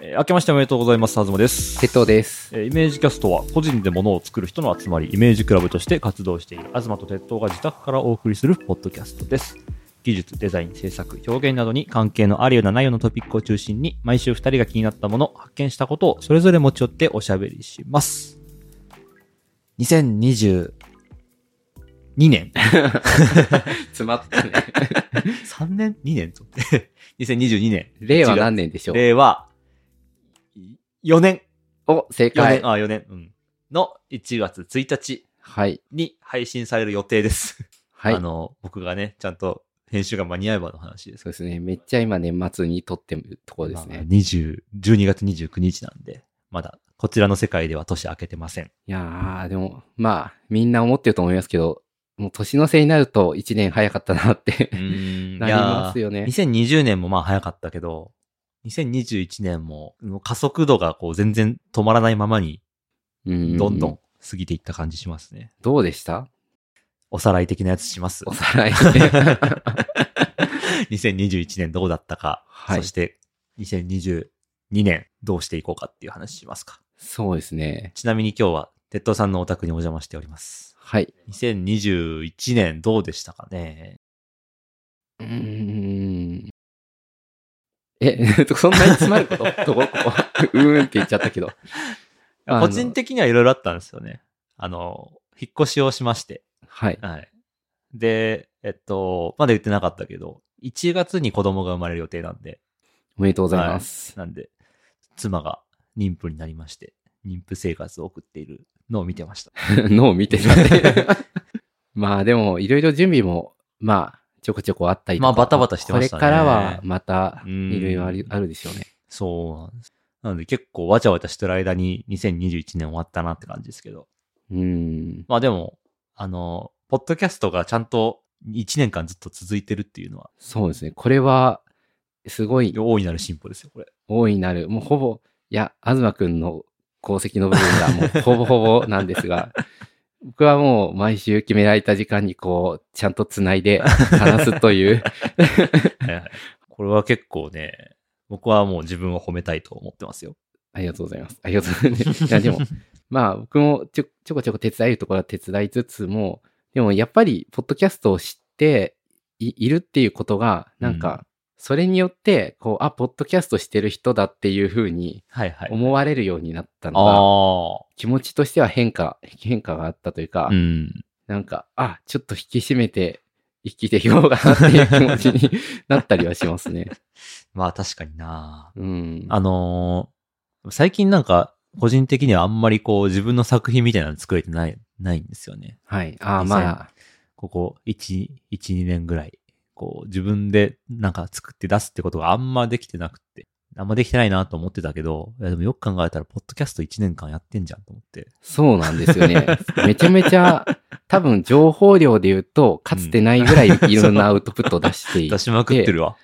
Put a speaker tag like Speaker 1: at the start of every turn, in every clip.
Speaker 1: えー明けましておめでとうございます。はずもです。
Speaker 2: 鉄塔です。
Speaker 1: えーイメージキャストは個人で物を作る人の集まり、イメージクラブとして活動している東と鉄塔が自宅からお送りするポッドキャストです。技術、デザイン、制作、表現などに関係のあるようなないようなトピックを中心に、毎週2人が気になったもの、発見したことをそれぞれ持ち寄っておしゃべりします。2022年
Speaker 2: 詰まったね。
Speaker 1: ?3 年 ?2 年と。2022年。
Speaker 2: 令和何年でしょう
Speaker 1: 令和4年。
Speaker 2: お、正
Speaker 1: 4
Speaker 2: 解
Speaker 1: 年、。あ、4年、うん。の1月1日
Speaker 2: はい。
Speaker 1: に配信される予定です。
Speaker 2: はい
Speaker 1: あ。の、僕がね、ちゃんと編集が間に合えばの話です
Speaker 2: そうですね。めっちゃ今年末に撮ってるところです
Speaker 1: まあ
Speaker 2: ね。
Speaker 1: 20 12月29日なんで、まだ、こちらの世界では年明けてま せん。
Speaker 2: いやー、でも、まあ、みんな思ってると思いますけど、もう年の瀬になると1年早かったなって、
Speaker 1: ん
Speaker 2: なりますよね。
Speaker 1: 2020年もまあ早かったけど、2021年もうん加速度がこう全然止まらないままに、
Speaker 2: ううう
Speaker 1: どんどん。過ぎていった感じしますね。
Speaker 2: どうでした
Speaker 1: おさらい的なやつします。
Speaker 2: おさ らい。
Speaker 1: 2021年どうだったか、
Speaker 2: はい
Speaker 1: そして2022年どうしていこうかっていう話しますか。
Speaker 2: そうですね。
Speaker 1: ちなみに今日は、鉄道さんのお宅にお邪魔しております。
Speaker 2: はい。
Speaker 1: 2021年どうでしたかね
Speaker 2: うーん。え、 そんなに詰まること どこここうーんって言っちゃったけど。あの
Speaker 1: 個人的にはいろいろあったんですよね。あの、引っ越しをしまして。
Speaker 2: はい。
Speaker 1: はい。で、えっと、まだ言ってなかったけど、1月に子供が生まれる予定なんで、
Speaker 2: おめでとうございます。
Speaker 1: なんで、妻が妊婦になりまして、妊婦生活を送っているのを見てました。
Speaker 2: 脳を見て たね。まあでも、いろいろ準備も、まあ、ちょこちょこあったりと
Speaker 1: ま
Speaker 2: か。
Speaker 1: あバタバタしてましたね
Speaker 2: これからは、また、
Speaker 1: うん
Speaker 2: いろいろあるあるでしょうね。
Speaker 1: そうなんです。なので結構わちゃわちゃしてる間に2021年終わったなって感じですけど。
Speaker 2: うん。
Speaker 1: まあでも、あの、ポッドキャストがちゃんと1年間ずっと続いてるっていうのは、
Speaker 2: そうですね。これは、すごい、
Speaker 1: 大いなる進歩ですよ、これ。
Speaker 2: 大いなる、もうほぼ、いや、東くんの功績の部分が もう、ほぼほぼなんですが、僕はもう、毎週決められた時間に、こう、ちゃんと繋いで話すという、
Speaker 1: はいはいこれは結構ね、僕はもう自分を褒めたいと思ってますよ。
Speaker 2: ありがとうございます。ありがとうござ います。いや、でも、まあ、僕もちょちょこちょこ手伝えるところは手伝いつつも、でもやっぱり、ポッドキャストを知っていいるっていうことが、なん
Speaker 1: うん
Speaker 2: か、それによって、こう、あ、ポッドキャストしてる人だっていうふうに
Speaker 1: はいはい。
Speaker 2: 思われるようになったのが、
Speaker 1: あ
Speaker 2: 気持ちとしては変化、変化があったというか
Speaker 1: あ。う、ん。
Speaker 2: なんか、あ、ちょっと引き締めて生きていこうかなっていう気持ちになったりはしますね。
Speaker 1: まあ確かにな。
Speaker 2: うん。
Speaker 1: あのー最近なんか、個人的にはあんまりこう自分の作品みたいなの作れてない、ないんですよね。
Speaker 2: はい。あ、まあ、
Speaker 1: ここ1、1、2年ぐらい、こう自分でなんか作って出すってことがあんまできてなくて、あんまできてないなと思ってたけど、いやでもよく考えたら、ポッドキャスト1年間やってんじゃんと思って。
Speaker 2: そうなんですよね。めちゃめちゃ、多分情報量で言うと、かつてないぐらいいろんなアウトプットを出してい
Speaker 1: 出しまくってるわ。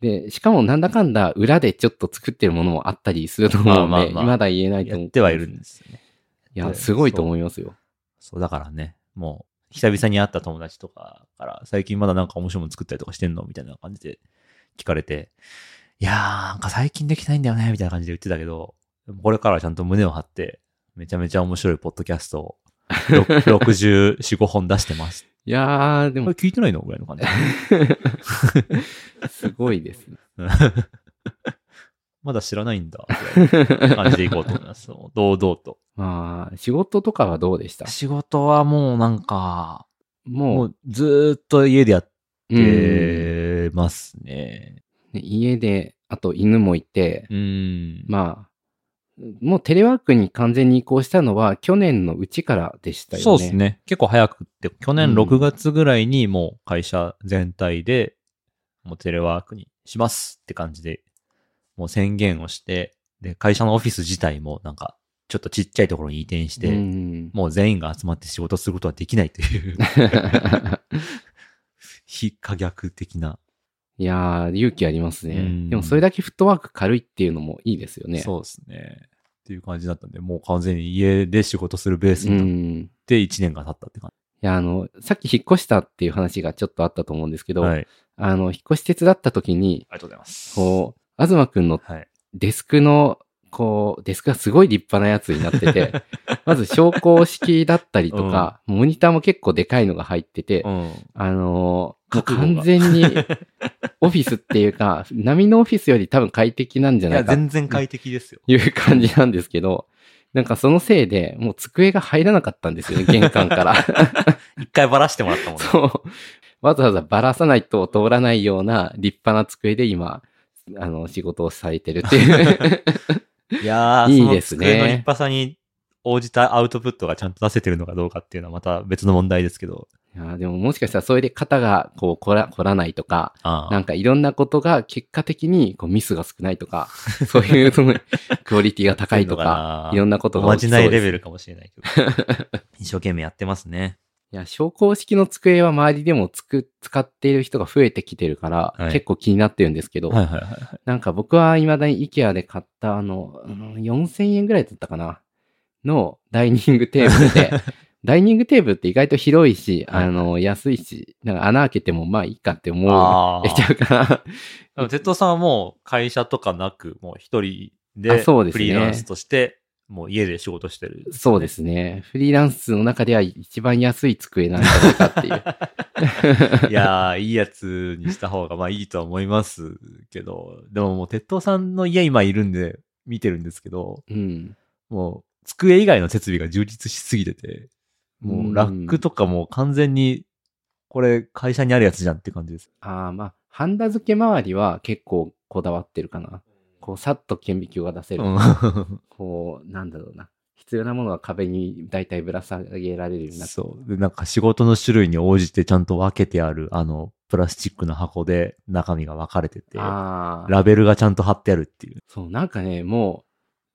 Speaker 2: で、しかもなんだかんだ裏でちょっと作ってるものもあったりすると思うので、
Speaker 1: まあまあまあ
Speaker 2: まだ言えないと
Speaker 1: や
Speaker 2: 思う。
Speaker 1: ってはいるんですよね。
Speaker 2: いや、すごいと思いますよ。
Speaker 1: そう、だからね、もう、久々に会った友達とかから、最近まだなんか面白いもの作ったりとかしてんのみたいな感じで聞かれて、いやー、なんか最近できないんだよね、みたいな感じで言ってたけど、でもこれからはちゃんと胸を張って、めちゃめちゃ面白いポッドキャストを、ろ 64、5本出してます。
Speaker 2: いやー、で
Speaker 1: これ
Speaker 2: も、
Speaker 1: 聞いてないのぐらいの感じ。
Speaker 2: すごいですね。
Speaker 1: まだ知らないんだ、みたいな感じでいこうと思います。そう堂々と。
Speaker 2: まあ、仕事とかはどうでした
Speaker 1: 仕事はもうなんか、も
Speaker 2: もう
Speaker 1: うずーっと家でやっ、
Speaker 2: うん
Speaker 1: てますね。
Speaker 2: ね家で、あと犬もいて、
Speaker 1: うん。
Speaker 2: まあ、もうテレワークに完全に移行したのは去年のうちからでしたよね。
Speaker 1: そうです。ね。結構早くって、去年
Speaker 2: うん
Speaker 1: 6月ぐらいにもう会社全体で、もうテレワークにしますって感じで、もう宣言をして、で、会社のオフィス自体もなんか、ちょっとちっちゃいところに移転して、
Speaker 2: うん、
Speaker 1: もう全員が集まって仕事することはできないという、非可逆的な。
Speaker 2: いやー、勇気あります
Speaker 1: う
Speaker 2: ね。
Speaker 1: ん
Speaker 2: でもそれだけフットワーク軽いっていうのもいいですよね。
Speaker 1: そうですね。っていう感じだったんで、もう完全に家で仕事するベース
Speaker 2: う
Speaker 1: になっ
Speaker 2: ん。い
Speaker 1: て1年が経ったって感
Speaker 2: や、あの、さっき引っ越したっていう話がちょっとあったと思うんですけ
Speaker 1: じ。
Speaker 2: ど、
Speaker 1: はい。あり
Speaker 2: あの、引っ越し手伝った時に、
Speaker 1: がとうございます。
Speaker 2: こう、東くんの
Speaker 1: はい。
Speaker 2: デスクの、こう、デスクがすごい立派なやつになって て、まず昇降式だったりとか、モニターも結構でかいのが入ってて、
Speaker 1: うん。
Speaker 2: あのー
Speaker 1: 覚悟が
Speaker 2: 完全 にオフィスっていうか、波のオフィスより多分快適なんじ
Speaker 1: い
Speaker 2: ゃな
Speaker 1: や、
Speaker 2: いかっ
Speaker 1: 全然快適ですよ。
Speaker 2: ていう感じなんですけど、なんかそのせいで、もう机が入らなかったんです よね、玄関から。
Speaker 1: 一回ばらしてもら ったもんね。
Speaker 2: そう。わざわざばらさないと通らないような立派な机で今、あの、仕事をされてるっ ていう。
Speaker 1: いやー、
Speaker 2: いいです
Speaker 1: その机
Speaker 2: ね
Speaker 1: の立派さに応じたアウトプットがちゃんと出せてるのかどうかっていうのはまた別の問題ですけど。
Speaker 2: いやでももしかしたらそれで肩がこう凝ら凝らないとか、
Speaker 1: あ
Speaker 2: なんかいろんなことが結果的にこうミスが少ない とか、そういうそのクオリティが高いとか、いろんなこと
Speaker 1: お
Speaker 2: が
Speaker 1: ま
Speaker 2: 起
Speaker 1: じ
Speaker 2: きそ
Speaker 1: な
Speaker 2: うです
Speaker 1: いレベルかもしれないけど。 一生懸命やってますね。
Speaker 2: いや、昇降式の机は周りでもつく使っている人が増えてきてるから、
Speaker 1: はい
Speaker 2: 結構気になってるんですけど、
Speaker 1: はいはいはい。
Speaker 2: なんか僕は未だに IKEA で買ったあの、うん4000円ぐらいだったかなのダイニングテーブル で、ダイニングテーブルって意外と広いし、
Speaker 1: はい
Speaker 2: あの、安いし、なんか穴開けてもまあいいかって思
Speaker 1: あ
Speaker 2: う、
Speaker 1: ー
Speaker 2: えちゃうから、
Speaker 1: でも、Z さんはもう会社とかなく、もう一人で、
Speaker 2: あそうです
Speaker 1: フ
Speaker 2: ね
Speaker 1: リーランスとして、もう家で仕事してる。
Speaker 2: そうですね。フリーランスの中では一番安い机なんじゃないかってい う。
Speaker 1: いやー、いいやつにした方がまあいいとは思いますけど、でももう、鉄道さんの家今いるんで、見てるんですけど、
Speaker 2: うん。
Speaker 1: もう、机以外の設備が充実しすぎてて、もう、ラックとかもう完全に、これ、会社にあるやつじゃんって感じです。
Speaker 2: ああ、まあ、ハンダ付け周りは結構こだわってるかな。こう、さっと顕微鏡が出せる。
Speaker 1: うん
Speaker 2: こう、なんだろうな。必要なものは壁に大体ぶら下げられるようになっ て
Speaker 1: そう。で、なんか仕事の種類に応じてちゃんと分けてある、あの、プラスチックの箱で中身が分かれてて、
Speaker 2: ああ、
Speaker 1: ラベルがちゃんと貼ってあるっていう。
Speaker 2: そう、なんかね、も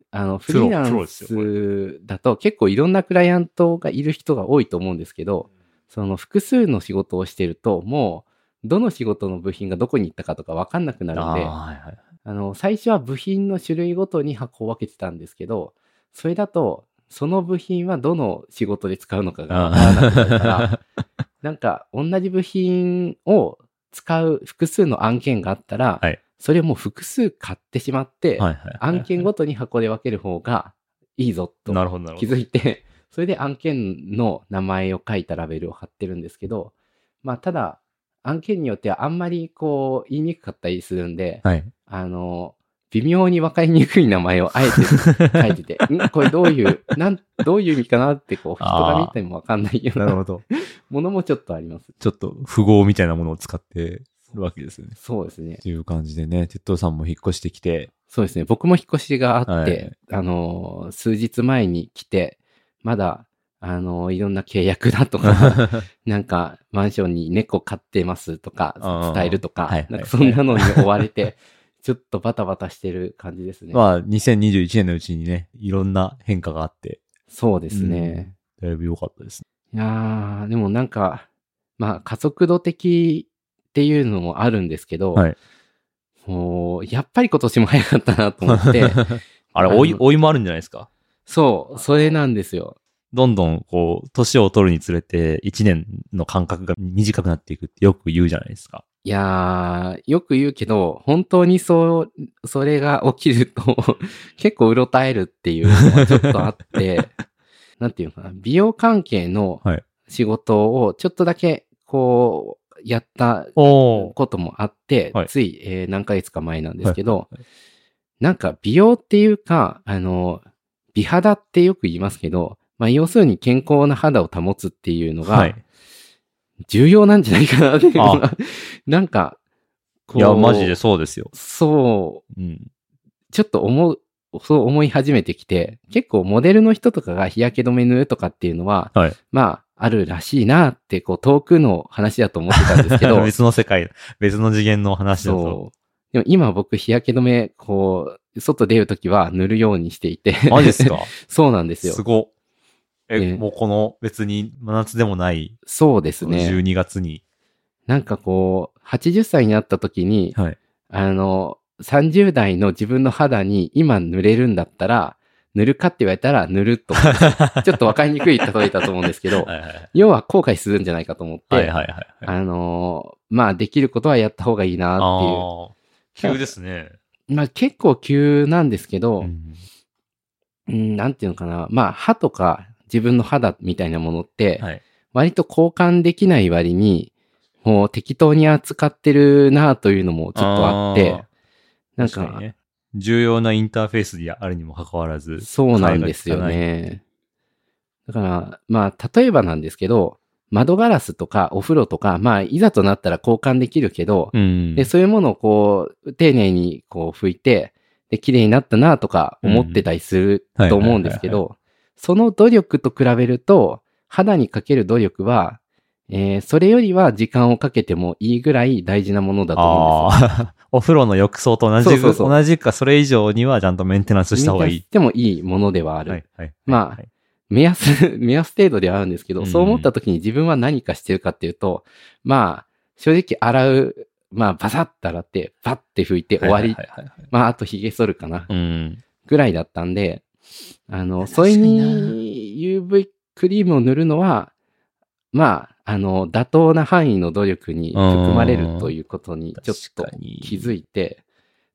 Speaker 2: う、あの、
Speaker 1: プ
Speaker 2: フリ
Speaker 1: ロ
Speaker 2: ーラ
Speaker 1: プロ
Speaker 2: ン
Speaker 1: ですよこ
Speaker 2: スだと結構いろんなクライアントがいる人が多いと思うんですけど、その複数の仕事をしてると、もう、どの仕事の部品がどこに行ったかとかわかんなくなるん
Speaker 1: あ
Speaker 2: で、
Speaker 1: ーはいはい。
Speaker 2: あの、最初は部品の種類ごとに箱を分けてたんですけど、それだと、その部品はどの仕事で使うのかがわからなくな るから、なんか、同じ部品を使う複数の案件があったら、
Speaker 1: はい
Speaker 2: それをもう複数買ってしまって、
Speaker 1: はいはい。
Speaker 2: 案件ごとに箱で分ける方がいいぞと
Speaker 1: なるほど、なるほ
Speaker 2: 気
Speaker 1: ど。
Speaker 2: づいて、 それで案件の名前を書いたラベルを貼ってるんですけど、まあ、ただ、案件によってはあんまりこう、言いにくかったりするんで、
Speaker 1: はい。
Speaker 2: あの、微妙に分かりにくい名前をあえて書い てて、んこれどういう、なん、どういう意味かなって、こう、人が見ても分かんないよう
Speaker 1: なる
Speaker 2: な
Speaker 1: ほど。
Speaker 2: ものもちょっとあります。
Speaker 1: ちょっと、符号みたいなものを使ってるわけですよね。
Speaker 2: そうですね
Speaker 1: っ。ていう感じでね、鉄道さんも引っ越してきて、
Speaker 2: そうですね。僕も引っ越しがあって、
Speaker 1: はい
Speaker 2: あの、数日前に来て、まだ、あの、いろんな契約だ とか、なんか、マンションに猫飼ってますと
Speaker 1: う
Speaker 2: か
Speaker 1: ん、
Speaker 2: 伝えるとか、
Speaker 1: はいはい
Speaker 2: なんかそんなのに追われて、 ちょっとバタバタしてる感じですね。
Speaker 1: まあ、2021年のうちにね、いろんな変化があって、
Speaker 2: そうですね。
Speaker 1: だいぶ良かったです。
Speaker 2: いやー、でもなんか、まあ、加速度的っていうのもあるんですけど、
Speaker 1: はい
Speaker 2: もう、やっぱり今年も早かったなと思っ て、
Speaker 1: あれ、
Speaker 2: あの
Speaker 1: 老い、老いもあるんじゃないですか
Speaker 2: そう、それなんですよ。
Speaker 1: どんどん、こう、年を取るにつれて、1年の間隔が短くなっていくってよく言うじゃないですか。
Speaker 2: いやー、よく言うけど、本当にそう、それが起きると、 結構うろたえるっていうのがちょっと あって、なんていうのかな、美容関係の
Speaker 1: はい
Speaker 2: 仕事をちょっとだけ、こう、やった
Speaker 1: お
Speaker 2: こともあって、
Speaker 1: はい
Speaker 2: つい、えー何ヶ月か前なんですけど、なんか美容っていうか、あの、美肌ってよく言いますけど、まあ、要するに健康な肌を保つっていうの
Speaker 1: は
Speaker 2: が
Speaker 1: い。
Speaker 2: 重要なんじゃないかなっていうのが、
Speaker 1: あ
Speaker 2: なんか、こ
Speaker 1: いや、マジでそうですよ。
Speaker 2: そう、
Speaker 1: うん。
Speaker 2: ちょっと思う、そう思い始めてきて、結構モデルの人とかが日焼け止め塗るとかっていうのは、
Speaker 1: はい
Speaker 2: まあ、あるらしいなって、こう、遠くの話だと思ってたんですけ ど、
Speaker 1: 別の世界、別の次元の話だと。
Speaker 2: そう。でも今僕日焼け止め、こう、外出るときは塗るようにしていて。
Speaker 1: マジですか
Speaker 2: そうなんですよ。
Speaker 1: すごっ。え、
Speaker 2: ね
Speaker 1: もうこの別に真夏でもない、
Speaker 2: そうですね。
Speaker 1: 12月に。
Speaker 2: なんかこう、80歳になったときに、
Speaker 1: はい。
Speaker 2: あの、30代の自分の肌に今塗れるんだったら、塗るかって言われたら塗ると思うんです よ。ちょっとわかりにくい例えだと思うんですけど、
Speaker 1: はいはい
Speaker 2: 要は後悔するんじゃないかと思って、
Speaker 1: はいはいはい。
Speaker 2: あの、まあできることはやった方がいいなっていう。
Speaker 1: あー急ですね。
Speaker 2: まあ結構急なんですけど、
Speaker 1: うん
Speaker 2: うん、なんていうのかな。まあ、歯とか自分の肌みたいなものって、
Speaker 1: はい。
Speaker 2: 割と交換できない割に、もう適当に扱ってるなというのもちょっとあって、
Speaker 1: あー
Speaker 2: なん
Speaker 1: 確に
Speaker 2: か、
Speaker 1: ね、重要なインターフェースであるにもかかわらず、
Speaker 2: そうなんですよね。だから、まあ、例えばなんですけど、窓ガラスとかお風呂とか、まあ、いざとなったら交換できるけど、
Speaker 1: うん。
Speaker 2: で、そういうものをこう、丁寧にこう拭いて、で、綺麗になったなとか思ってたりする
Speaker 1: うん
Speaker 2: と思うんですけど、その努力と比べると、肌にかける努力は、えーそれよりは時間をかけてもいいぐらい大事なものだと思うんですよ。
Speaker 1: ああ、 お風呂の浴槽と同じ
Speaker 2: そうそうそう
Speaker 1: 同じか、それ以上にはちゃんとメンテナンスした方がいい。
Speaker 2: でもいいものではある。
Speaker 1: はい、はい。
Speaker 2: まあ
Speaker 1: はい
Speaker 2: 目安、 目安程度ではあるんですけど、
Speaker 1: うん
Speaker 2: そう思った時に自分は何かしてるかっていうと、まあ、正直洗う、まあ、バサッと洗って、パッて拭いて終わり。
Speaker 1: はいはいはいはい
Speaker 2: まあ、あと髭剃るかな。
Speaker 1: うん。
Speaker 2: ぐらいだったんで、あの、
Speaker 1: 確
Speaker 2: そ
Speaker 1: か
Speaker 2: れ
Speaker 1: にな
Speaker 2: に UV クリームを塗るのは、まあ、あの、妥当な範囲の努力に含まれるということにちょっと
Speaker 1: 確かに
Speaker 2: 気づいて、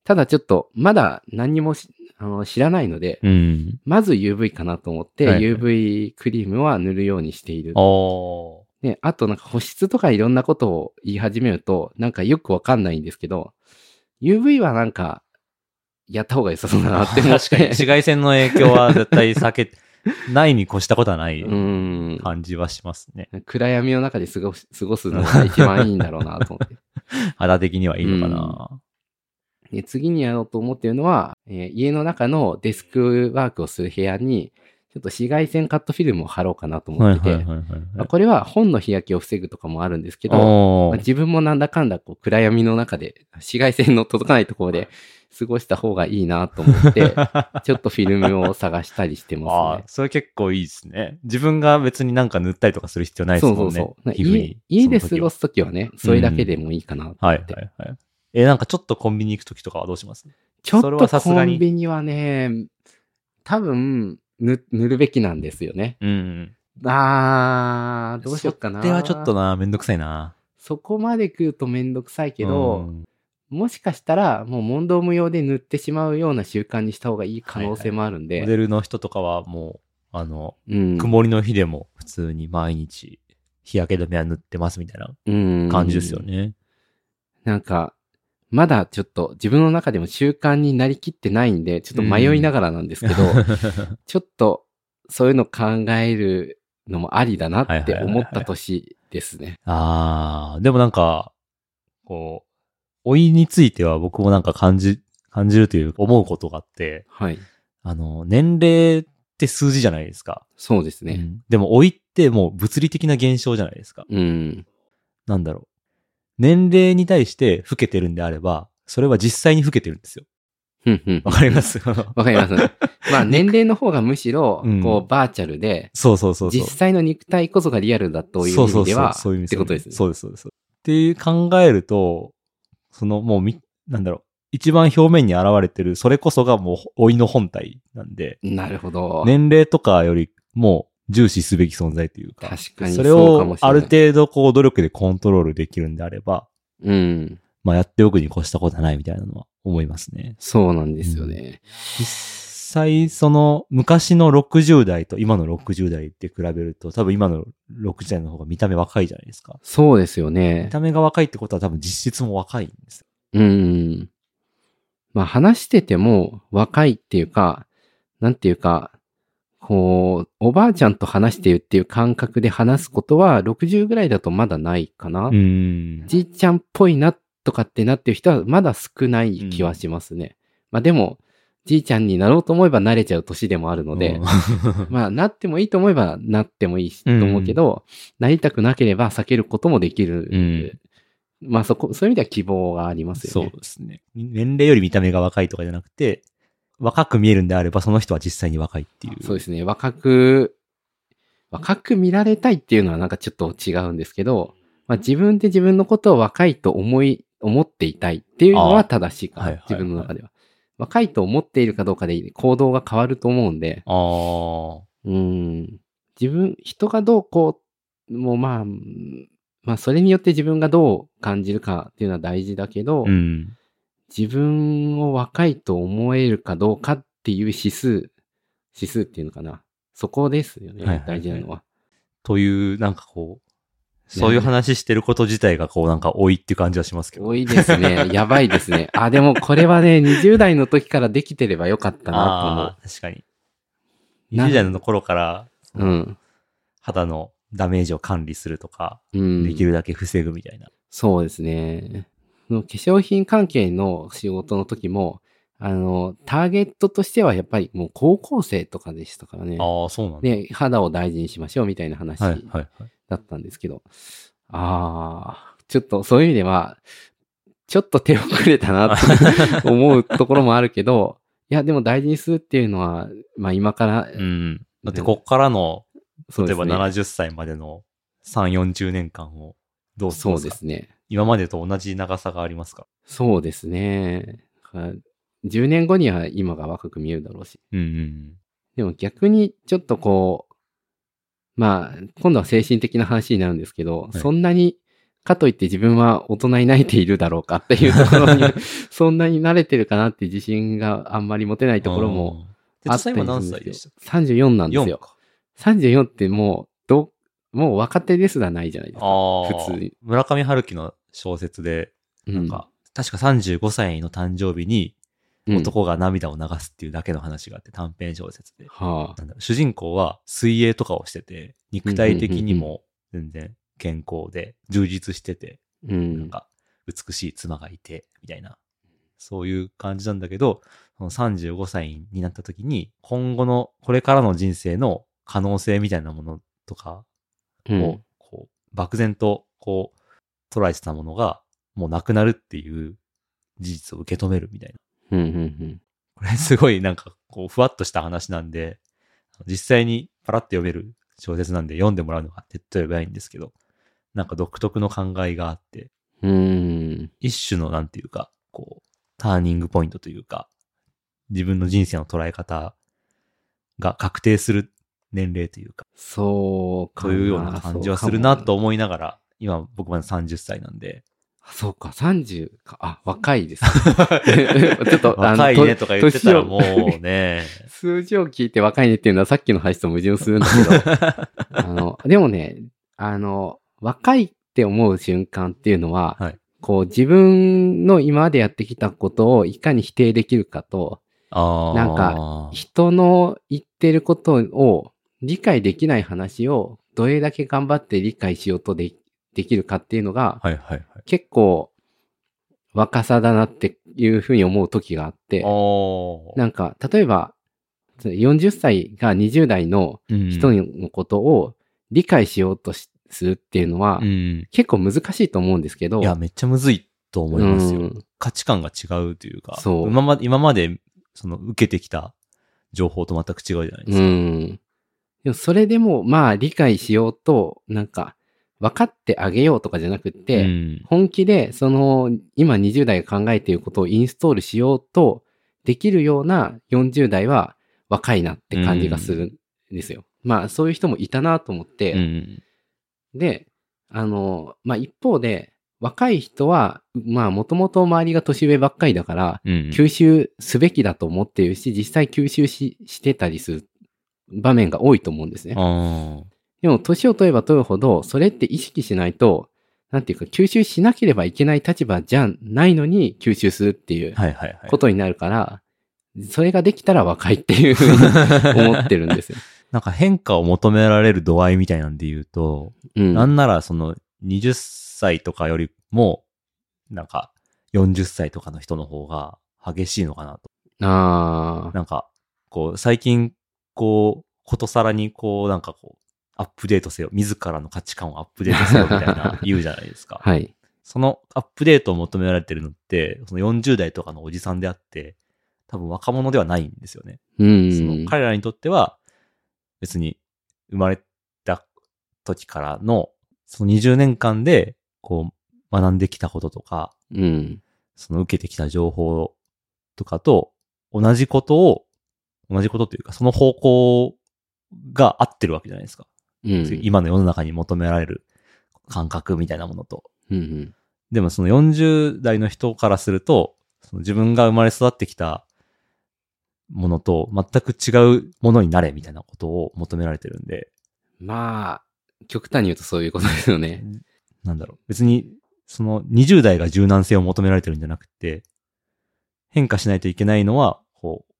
Speaker 2: ただちょっとまだ何にもしあの知らないので、
Speaker 1: うん。
Speaker 2: まず UV かなと思って、
Speaker 1: はいはい
Speaker 2: UV クリームは塗るようにしている。
Speaker 1: おー。
Speaker 2: ね、あとなんか保湿とかいろんなことを言い始めると、なんかよくわかんないんですけど、UV はなんか、やった方が良さそうだなっ
Speaker 1: 確か
Speaker 2: て
Speaker 1: に
Speaker 2: 思って。
Speaker 1: 紫外線の影響は絶対避け、ないに越したことはない
Speaker 2: うん。
Speaker 1: 感じはしますね。
Speaker 2: 暗闇の中で過ごし過ごすのが一番いいんだろうなと思 って。
Speaker 1: 肌的にはいいのかな。
Speaker 2: で次にやろうと思っているのは、えー家の中のデスクワークをする部屋に、ちょっと紫外線カットフィルムを貼ろうかなと思
Speaker 1: は
Speaker 2: っ
Speaker 1: い
Speaker 2: て
Speaker 1: はい
Speaker 2: て、
Speaker 1: はいはいはい。
Speaker 2: まあこれは本の日焼けを防ぐとかもあるんですけど、
Speaker 1: お
Speaker 2: まあ
Speaker 1: ー
Speaker 2: 自分もなんだかんだこう暗闇の中で紫外線の届かないところで過ごした方がいいなと思 って、ちょっとフィルムを探したりしてます
Speaker 1: あ
Speaker 2: ね
Speaker 1: あ、。それ結構いいですね。自分が別になんか塗ったりとかする必要ないです
Speaker 2: そ
Speaker 1: も
Speaker 2: うそ
Speaker 1: ん
Speaker 2: う
Speaker 1: ね。
Speaker 2: そう。
Speaker 1: 皮膚に
Speaker 2: 家家で過ご
Speaker 1: す。
Speaker 2: すときはね、それだけでもいいかなと
Speaker 1: はい
Speaker 2: 思っ
Speaker 1: はい
Speaker 2: て。
Speaker 1: はい。え、なんかちょっとコンビニ行くときとかはどうします
Speaker 2: ちょっ
Speaker 1: それは
Speaker 2: と
Speaker 1: さすが
Speaker 2: コ
Speaker 1: に
Speaker 2: ンビニはね、多分、ぬ、塗るべきなんですよね。
Speaker 1: うん。
Speaker 2: あー、どうしよっかな。
Speaker 1: それはちょっと。な、めんどくさいな。
Speaker 2: そこまで食うとめんどくさいけ
Speaker 1: う
Speaker 2: ど、
Speaker 1: ん
Speaker 2: もしかしたら、もう問答無用で塗ってしまうような習慣にした方がいい可能性もあるんで。
Speaker 1: モデルの人とかはもう、あの、
Speaker 2: うん。
Speaker 1: 曇りの日でも普通に毎日日焼け止めは塗ってますみたいな
Speaker 2: うん
Speaker 1: 感じですよ。ね。
Speaker 2: なんか、まだちょっと自分の中でも習慣になりきってないんで、ちょっと迷いながらなんですけど、ちょっとそういうの考えるのもありだなって思った年ですね。
Speaker 1: ああ、でもなんか、こう、老いについては僕もなんか感じ、感じるというか思うことがあって、
Speaker 2: はい。
Speaker 1: あの、年齢って数字じゃないですか。
Speaker 2: そうです
Speaker 1: う
Speaker 2: ね。
Speaker 1: んでも老いってもう物理的な現象じゃないですか。
Speaker 2: うん。
Speaker 1: なんだろう。年齢に対して老けてるんであれば、それは実際に老けてるんですよ。
Speaker 2: ふんふん
Speaker 1: わかりますそう
Speaker 2: わかります。まあ年齢の方がむしろ
Speaker 1: うん、
Speaker 2: こう、バーチャルで、
Speaker 1: そうそうそう。
Speaker 2: 実際の肉体こそがリアルだという意味では、
Speaker 1: そうそうそうそういう意味
Speaker 2: ってことですね。
Speaker 1: そうです、そうです。っていう考えると、そのもうみ、なんだろう、一番表面に現れてる、それこそがもう老いの本体なんで、
Speaker 2: なるほど。
Speaker 1: 年齢とかよりも重視すべき存在というか、
Speaker 2: 確かに
Speaker 1: それ
Speaker 2: そうかも
Speaker 1: を
Speaker 2: しれ
Speaker 1: あ
Speaker 2: ない
Speaker 1: る程度こう努力でコントロールできるんであれば、
Speaker 2: うん。
Speaker 1: まあやっておくに越したことはないみたいなのは思いますね。
Speaker 2: そうなんですよね。
Speaker 1: 実際、その昔の60代と今の60代って比べると、多分今の60代の方が見た目若いじゃないですか。
Speaker 2: そうですよ
Speaker 1: 見
Speaker 2: ね。
Speaker 1: た目が若いってことは多分実質も若いんですよ。
Speaker 2: うん。まあ話してても若いっていうか、なんていうか、こう、おばあちゃんと話してるっていう感覚で話すことは60ぐらいだとまだないかな。
Speaker 1: ん
Speaker 2: じいちゃんっぽいなとかってなってる人はまだ少ない気はしますね。まあでも、じいちゃんになろうと思えば慣れちゃう年でもあるので、まあなってもいいと思えばなってもいいしと
Speaker 1: うん
Speaker 2: 思うけど、なりたくなければ避けることもできる。まあそこ、そういう意味では希望があります
Speaker 1: そ
Speaker 2: よ
Speaker 1: う
Speaker 2: ね。
Speaker 1: ですね。年齢より見た目が若いとかじゃなくて、若く見えるんであれば、その人は実際に若いっていう。
Speaker 2: そうですね。若く、若く見られたいっていうのはなんかちょっと違うんですけど、まあ自分で自分のことを若いと思い、思っていたいっていうの
Speaker 1: ああ
Speaker 2: は正しいか
Speaker 1: はい
Speaker 2: な
Speaker 1: はい。
Speaker 2: 自分の中では。若いと思っているかどうかで行動が変わると思うんで、
Speaker 1: ああ。
Speaker 2: うん。自分、人がどうこう、もうまあ、うんまあそれによって自分がどう感じるかっていうのは大事だけど、
Speaker 1: うん。
Speaker 2: 自分を若いと思えるかどうかっていう指数、指数っていうのかな。そこですよね、
Speaker 1: はいはい
Speaker 2: 大事なのは。
Speaker 1: という、なんかこう、そういう話してること自体がこうなんか多いっていう感じはしますけど。
Speaker 2: 多いですね。やばいですね。あ、でもこれはね、20代の時からできてればよかったな
Speaker 1: ああー、確かに。
Speaker 2: な
Speaker 1: 20代の頃から、
Speaker 2: と思う。うん。
Speaker 1: 肌のダメージを管理するとか、
Speaker 2: うん。
Speaker 1: できるだけ防ぐみたいな。
Speaker 2: そうですね。その化粧品関係の仕事の時も、あの、ターゲットとしてはやっぱりもう高校生とかでしたからね。
Speaker 1: ああ、そうなんだ。
Speaker 2: ね、肌を大事にしましょうみたいな話
Speaker 1: はい、はい、はい。
Speaker 2: だったんですけど。ああ、ちょっとそういう意味では、ちょっと手遅れたなっ て思うところもあるけど、いや、でも大事にするっていうのは、まあ今から、
Speaker 1: うん。だって、こっからの、
Speaker 2: そう
Speaker 1: 例
Speaker 2: で
Speaker 1: え
Speaker 2: す
Speaker 1: ば
Speaker 2: ね。
Speaker 1: 70歳までの3、40年間をどう過
Speaker 2: そ
Speaker 1: ご
Speaker 2: う
Speaker 1: す
Speaker 2: で
Speaker 1: か
Speaker 2: すね。
Speaker 1: 今までと同じ長さがありますか
Speaker 2: そうですね。だから10年後には今が若く見えるだろうし。
Speaker 1: うんうん
Speaker 2: でも逆にちょっとこう、まあ、今度は精神的な話になるんですけど、
Speaker 1: い
Speaker 2: そんなに、かといって自分は大人に慣れているだろうかっていうところ に、そんなに慣れてるかなって自信があんまり持てな
Speaker 1: う
Speaker 2: い
Speaker 1: ん。
Speaker 2: ところも
Speaker 1: うん。
Speaker 2: あ
Speaker 1: 実
Speaker 2: っ
Speaker 1: 際今
Speaker 2: たりする
Speaker 1: 何
Speaker 2: んです
Speaker 1: 歳
Speaker 2: け
Speaker 1: で
Speaker 2: ど
Speaker 1: した。
Speaker 2: 34なんです
Speaker 1: 4
Speaker 2: よ。
Speaker 1: か。
Speaker 2: 34ってもう、ど、もう若手ですらないじゃないですか。
Speaker 1: ああ。
Speaker 2: 普通に。
Speaker 1: 村上春樹の小説で、
Speaker 2: な
Speaker 1: なんか、確か35歳の誕生日に男が涙を流すっていうだけの話があって、短編小説で。
Speaker 2: はあ。
Speaker 1: なんだろう主人公は水泳とかをしてて、肉体的にも全然健康で、充実してて、
Speaker 2: う
Speaker 1: なん
Speaker 2: ん。
Speaker 1: か、美しい妻がいて、みたいな、そういう感じなんだけど、その35歳になった時に、今後の、これからの人生の可能性みたいなものとか
Speaker 2: う
Speaker 1: を
Speaker 2: ん、
Speaker 1: こう、漠然と、こう、捉えてたものが、もうなくなるっていう事実を受け止めるみたいな。
Speaker 2: うん。うん。
Speaker 1: これすごいなんか、こう、ふわっとした話なんで、実際にパラッと読める小説なんで読んでもらうのが手っ取り早いんですけど、なんか独特の考えがあって、
Speaker 2: うん。うん。
Speaker 1: 一種のなんていうか、こう、ターニングポイントというか、自分の人生の捉え方が確定する年齢というか、
Speaker 2: そうか
Speaker 1: と
Speaker 2: な。
Speaker 1: いうような感じはするなと思いながら、今僕まだ30歳なんで、
Speaker 2: そうか、30か。あ、若いです ね。ちょっと、あの
Speaker 1: 若いねとか言ってたら
Speaker 2: と
Speaker 1: もう ね、
Speaker 2: 数字を聞いて若いねっていうのはさっきの話と矛盾するんだ けど、あの、でもね、あの、若いって思う瞬間っていうのは、
Speaker 1: はい
Speaker 2: こう自分の今までやってきたことをいかに否定できるかと、
Speaker 1: あー
Speaker 2: なんか人の言ってることを理解できない話をどれだけ頑張って理解しようとでできるかっていうのが、
Speaker 1: はいはいはい。
Speaker 2: 結構若さだなっていうふうに思う時があって、
Speaker 1: お
Speaker 2: なんか、例えば、その40歳が20代の人
Speaker 1: に、
Speaker 2: のことを理解しようとしするっていうのは、
Speaker 1: うん
Speaker 2: 結構難しいと思うんですけど、
Speaker 1: いや、めっちゃむずいと思いますよ。
Speaker 2: うん
Speaker 1: 価値観が違うというか、
Speaker 2: そう
Speaker 1: 今まで、今まで、その、受けてきた情報と全く違うじゃないです
Speaker 2: う
Speaker 1: か。
Speaker 2: ん。でもそれでも、まあ、理解しようと、なんか、分かってあげようとかじゃなくって、
Speaker 1: うん
Speaker 2: 本気で、その、今20代が考えていることをインストールしようと、できるような40代は若いなって感じがするんですよ。まあ、そういう人もいたなと思って、
Speaker 1: うん
Speaker 2: で、あの、まあ、一方で、若い人は、まあ、もともと周りが年上ばっかりだから、
Speaker 1: うん
Speaker 2: 吸収すべきだと思っているし、実際吸収ししてたりする場面が多いと思うんですね。
Speaker 1: あ
Speaker 2: でも、年を取れば取るほど、それって意識しないと、なんていうか、吸収しなければいけない立場じゃないのに吸収するっていう
Speaker 1: ーはいはいはい。
Speaker 2: ことになるから、それができたら若いっていうふう に思ってるんですよ。
Speaker 1: なんか変化を求められる度合いみたいなんで言うと、
Speaker 2: うん。
Speaker 1: なんならその20歳とかよりも、なんか40歳とかの人の方が激しいのかなと。
Speaker 2: ああ。
Speaker 1: なんか、こう、最近、こう、ことさらにこう、なんかこう、アップデートせよ。自らの価値観をアップデートせよみたい な言うじゃないですか。
Speaker 2: はい。
Speaker 1: そのアップデートを求められてるのって、その40代とかのおじさんであって、多分若者ではないんですよね。
Speaker 2: う
Speaker 1: そ
Speaker 2: ん
Speaker 1: の。彼らにとっては、別に生まれた時からの、その20年間で、こう、学んできたこととか、
Speaker 2: うん。
Speaker 1: その受けてきた情報とかと、同じことを、同じことというか、その方向が合ってるわけじゃないですか。
Speaker 2: うん。
Speaker 1: 今の世の中に求められる感覚みたいなものと。
Speaker 2: うん
Speaker 1: でもその40代の人からすると、その自分が生まれ育ってきたものと全く違うものになれみたいなことを求められてるんで、
Speaker 2: まあ、極端に言うとそういうことですよね。
Speaker 1: なんだろう。別に、その20代が柔軟性を求められてるんじゃなくて、変化しないといけないのは、こう、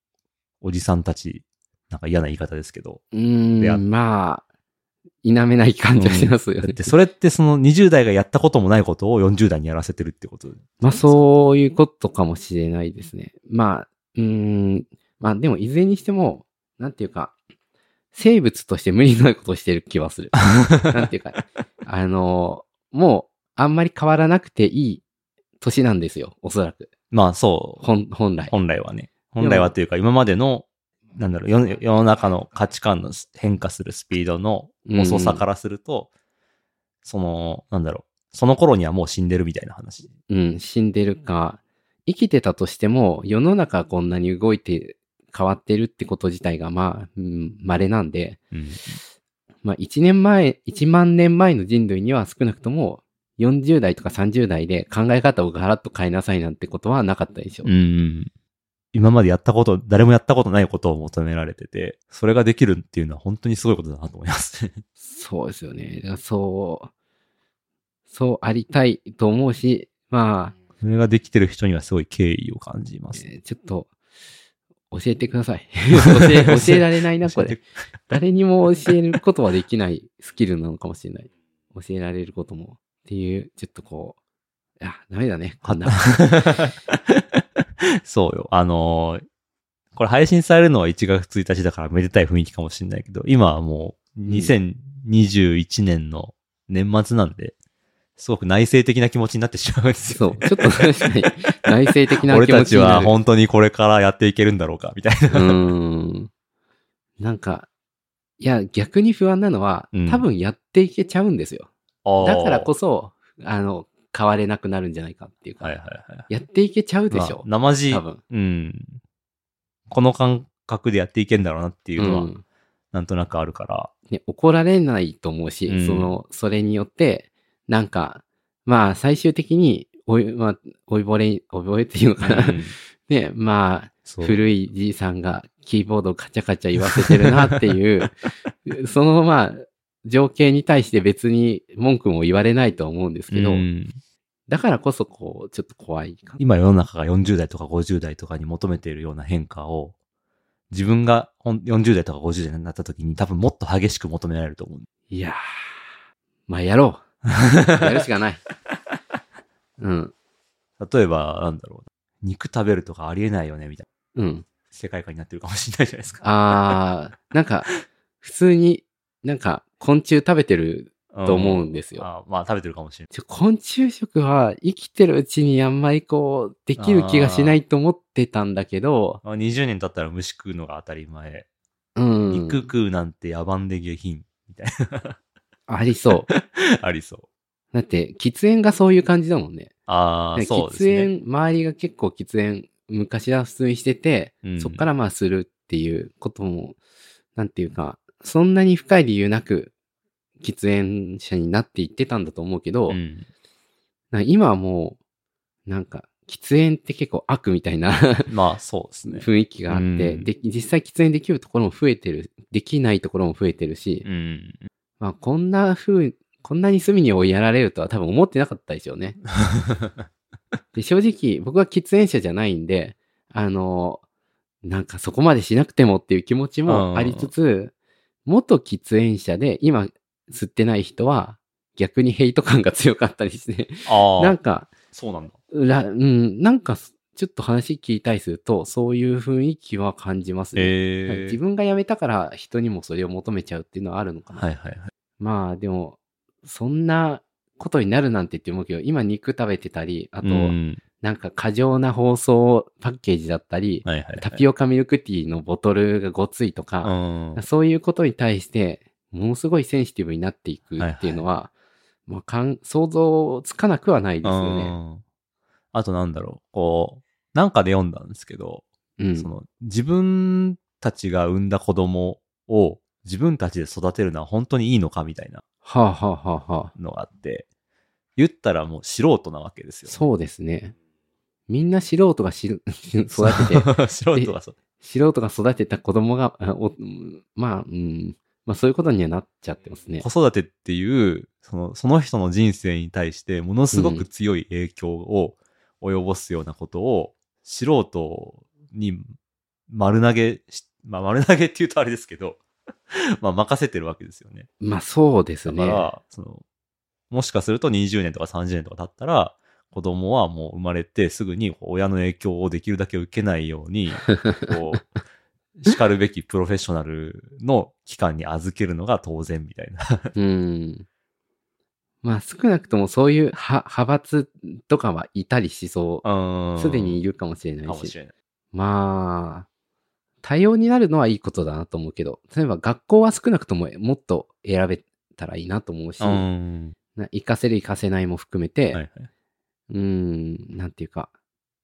Speaker 1: おじさんたち、なんか嫌な言い方ですけど。
Speaker 2: う
Speaker 1: で
Speaker 2: ー
Speaker 1: あ
Speaker 2: ん、まあ、否めない感じはしますよ
Speaker 1: だっ
Speaker 2: ね。
Speaker 1: てそれってその20代がやったこともないことを40代にやらせてるってこと。
Speaker 2: まあ、そういうことかもしれないですね。まあ、うーん、まあ、でも、いずれにしても、なんていうか、生物として無理のないことをしてる気は する。なんていうか、あの、もう、あんまり変わらなくていい年なんですよ、おそらく。
Speaker 1: まあそう。
Speaker 2: 本、本来。
Speaker 1: 本来はね。本来はというか、今までの、なんだろう世の、世の中の価値観のす変化するスピードの遅さからすると、その、なんだろう、その頃にはもう死んでるみたいな話。
Speaker 2: うん、死んでるか、生きてたとしても、世の中こんなに動いて変わってるってこと自体が、まあ、うん稀なんで、
Speaker 1: うん。
Speaker 2: まあ、1年前、1万年前の人類には少なくとも、40代とか30代で考え方をガラッと変えなさいなんてことはなかったでしょ。
Speaker 1: うん。今までやったこと、誰もやったことないことを求められてて、それができるっていうのは本当にすごいことだなと思います。
Speaker 2: そうですよね。だからそう、そうありたいと思うし、まあ、
Speaker 1: それができてる人にはすごい敬意を感じます。
Speaker 2: えーちょっと、教えてくだ さい。教え、教えられないな、これ。誰にも教えることはできないスキルなのかもしれない。教えられることも。っていう、ちょっとこう、あ、ダメだね。 こんな。
Speaker 1: そうよ。あのーこれ配信されるのは1月1日だからめでたい雰囲気かもしれないけど、今はもう2021年の年末なんで、すごく内省的な気持ちになってしまうんです
Speaker 2: そ
Speaker 1: よ
Speaker 2: う
Speaker 1: ね、。
Speaker 2: ちょっと確かに、内省的な
Speaker 1: 俺
Speaker 2: 気持
Speaker 1: た
Speaker 2: ち
Speaker 1: ち
Speaker 2: にな
Speaker 1: は
Speaker 2: る。
Speaker 1: 本当にこれからやっていけるんだろうか、みたいな。
Speaker 2: うーん。なんか、いや、逆に不安なのは
Speaker 1: うん、
Speaker 2: 多分やっていけちゃうんですよ。 だからこ
Speaker 1: そ。
Speaker 2: そ、あの、変われなくなるんじゃないかっていうか、
Speaker 1: はいはいはい。
Speaker 2: やっていけちゃうでし
Speaker 1: ま
Speaker 2: ょ
Speaker 1: あ。生地
Speaker 2: 多、分。
Speaker 1: うん。この感覚でやっていけんだろうなっていう
Speaker 2: う
Speaker 1: のは、
Speaker 2: ん
Speaker 1: なんとなくあるから。
Speaker 2: ね、怒られないと思うし、
Speaker 1: うん
Speaker 2: その、それによって、なんか、まあ、最終的に、おい、まあ、おいぼれ、おいぼれっていう のかな。
Speaker 1: うん
Speaker 2: ね、ま
Speaker 1: そ
Speaker 2: あ、
Speaker 1: う
Speaker 2: 古いじいさんがキーボードをカチャカチャ言わせてるなっ ていう、そのまあ、情景に対して別に文句も言われないと思うんですけど、
Speaker 1: うん
Speaker 2: だからこそこう、ちょっと怖いか。
Speaker 1: 今世の中が40代とか50代とかに求めているような変化を、自分がほん40代とか50代になった時に多分もっと激しく求められると思う。
Speaker 2: いやー、まあやろ う。やるしかない。うん、
Speaker 1: 例えば、なんだろう。肉食べるとかありえないよね、みたいな
Speaker 2: うん。
Speaker 1: 世界観になってるかもしれないじゃないですか。
Speaker 2: あー、なんか、普通になんか昆虫食べてると思
Speaker 1: ん
Speaker 2: う
Speaker 1: で
Speaker 2: んですよ。
Speaker 1: あまあ食べてるかもしれ
Speaker 2: ちょ昆虫食は生きてるうちにあんまりこう、できる気がしないと思ってたんだけど、
Speaker 1: ない。あ20年経ったら虫食うのが当たり前。
Speaker 2: うん。
Speaker 1: 肉食うなんて野蛮で下品。みたい
Speaker 2: あり そう。
Speaker 1: な。ありそう。
Speaker 2: だって、喫煙がそういう感じだもんね。
Speaker 1: ああ、
Speaker 2: で
Speaker 1: そうで
Speaker 2: 喫
Speaker 1: すね。
Speaker 2: 煙、周りが結構喫煙、昔は普通にしてて、
Speaker 1: うん
Speaker 2: そっからまあするっていうことも、なんていうか、そんなに深い理由なく、喫煙者になっていってたんだと思うけど、
Speaker 1: うん
Speaker 2: なんか今はもう、なんか、喫煙って結構悪みたいな
Speaker 1: まあそうですね。
Speaker 2: 雰囲気があって、
Speaker 1: うん
Speaker 2: で実際喫煙できるところも増えてる、できないところも増えてるし、
Speaker 1: うん。
Speaker 2: まあこんな風、こんなに隅に追いやられるとは多分思ってなかったでしょうね。で正直、僕は喫煙者じゃないんで、あの、なんかそこまでしなくてもっていう気持ちもありつつ、元喫煙者で今吸ってない人は逆にヘイト感が強かったりして、
Speaker 1: あ
Speaker 2: なん
Speaker 1: あ、
Speaker 2: か、
Speaker 1: そうなんだ。
Speaker 2: らうん、なんかすちょっと話聞いたりすると、そういう雰囲気は感じますね。はい
Speaker 1: ええ
Speaker 2: 自分が辞めたから人にもそれを求めちゃうっていうのはあるのかな。
Speaker 1: はいはいはい。
Speaker 2: まあでも、そんなことになるなんてって思うけど、今肉食べてたり、あ
Speaker 1: あ
Speaker 2: と、なんか過剰な包装パッケージだったり、
Speaker 1: はいはいはい、
Speaker 2: タピオカミルクティーのボトルがごついとか、
Speaker 1: うん。
Speaker 2: そういうことに対して、ものすごいセンシティブになっていくっていうのは、まあ、かん想像つかなくはないですよね。
Speaker 1: うんあとなんだろう、こう、なんかで読んだんですけど、
Speaker 2: うん。
Speaker 1: その自分たちが産んだ子供を自分たちで育てるのは本当にいいのかみたいな
Speaker 2: はあ、はあはあはあ、
Speaker 1: のがあって、言ったらもう素人なわけですよ。
Speaker 2: そうですね。みんな素人がし 育てて、
Speaker 1: て。 素人がそう。
Speaker 2: 素人が育てた子供が、あおまあ、うん、まあそういうことにはなっちゃってますね
Speaker 1: 子。育てっていうそのその人の人生に対してものすごく強い影響を及ぼすようなことを素人に丸投げし、まあ、丸投げっていうとあれですけど まあ任せてるわけですよね。
Speaker 2: まあそうです
Speaker 1: だか
Speaker 2: ね。
Speaker 1: ら、そのもしかすると20年とか30年とか経ったら子供はもう生まれてすぐにこう親の影響をできるだけ受けないようにこうしかるべきプロフェッショナルの機関に預けるのが当然みたいな。
Speaker 2: うん。まあ少なくともそういう派派閥とかはいたりしそう。す
Speaker 1: す
Speaker 2: でにいるかもしれ
Speaker 1: か
Speaker 2: ない
Speaker 1: も
Speaker 2: し
Speaker 1: し。れない。
Speaker 2: まあ、対応になるのはいいことだなと思うけど、例えば学校は少なくとももっと選べたらいいなと思うし、
Speaker 1: うん。
Speaker 2: な活かせる活かせないも含めて、
Speaker 1: はいはい。
Speaker 2: うん、なんていうか、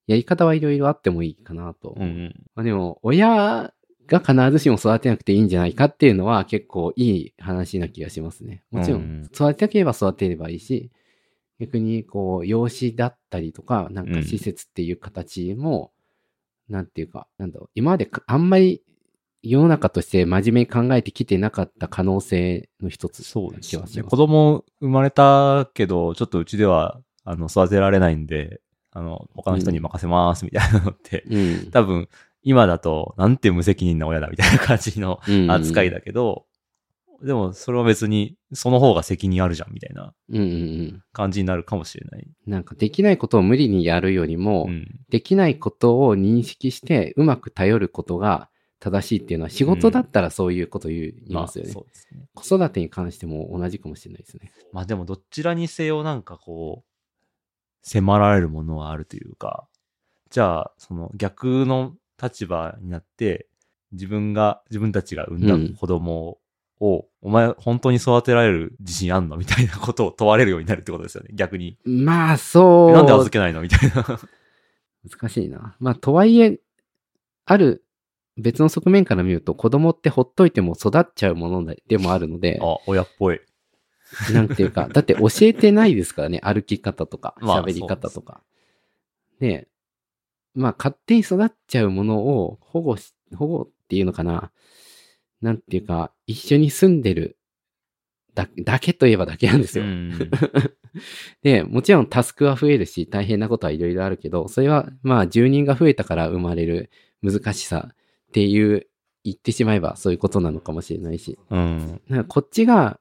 Speaker 2: やり方はいろいろあってもいいかなと。
Speaker 1: うん。
Speaker 2: まあでも、親が必ずしも育てなくていいんじゃないかっていうのは結構いい話な気がしますね。もち
Speaker 1: う
Speaker 2: ろ
Speaker 1: ん
Speaker 2: ん、育てたければ育てればいいし、逆にこう、養子だったりとか、なんか施設っていう形も、なんていうか、なんだろう、今までかあんまり世の中として真面目に考えてきてなかった可能性の一つ
Speaker 1: そう
Speaker 2: な
Speaker 1: で
Speaker 2: 気
Speaker 1: す
Speaker 2: がし
Speaker 1: ね。
Speaker 2: ます。
Speaker 1: 子供生まれたけど、ちょっとうちでは、あの、育てられないんで、あの、他の人に任せますみたいなのって、
Speaker 2: うん
Speaker 1: 多分、今だと、なんて無責任な親だみたいな感じの
Speaker 2: うん
Speaker 1: 扱いだけど、でも、それは別に、その方が責任あるじゃんみたいな
Speaker 2: うんうんうん。
Speaker 1: 感じになるかもしれない。
Speaker 2: なんかできないことを無理にやるよりも、
Speaker 1: うん。
Speaker 2: できないことを認識してうまく頼ることが正しいっていうのは仕事だったらそういうこと言いますよね。
Speaker 1: そうですね。
Speaker 2: 子育てに関しても同じかもしれないですね。
Speaker 1: まあでもどちらにせよなんかこう迫られるものはあるというかじゃあその逆の立場になって自分が自分たちが産んだ子供を、お前本当に育てられる自信あんのみたいなことを問われるようになるってことですよね逆に
Speaker 2: まあそう。
Speaker 1: なんで預けないのみたいな
Speaker 2: 難しいな。まあとはいえ、ある別の側面から見ると子供ってほっといても育っちゃうものでもあるので、
Speaker 1: あ親っぽい
Speaker 2: なんてい うか、だって教えてないですからね、歩き方とか、
Speaker 1: まあ
Speaker 2: 喋り方とか。ねえまあ、勝手に育っちゃうものを保護し、保護っていうのかな。なんていうか、一緒に住んでるだだけといえばだけなんですよ。
Speaker 1: うん
Speaker 2: で、もちろんタスクは増えるし、大変なことはいろいろあるけど、それはまあ、住人が増えたから生まれる難しさっていう、言ってしまえばそういうことなのかもしれないし。
Speaker 1: うん
Speaker 2: なんかこっちが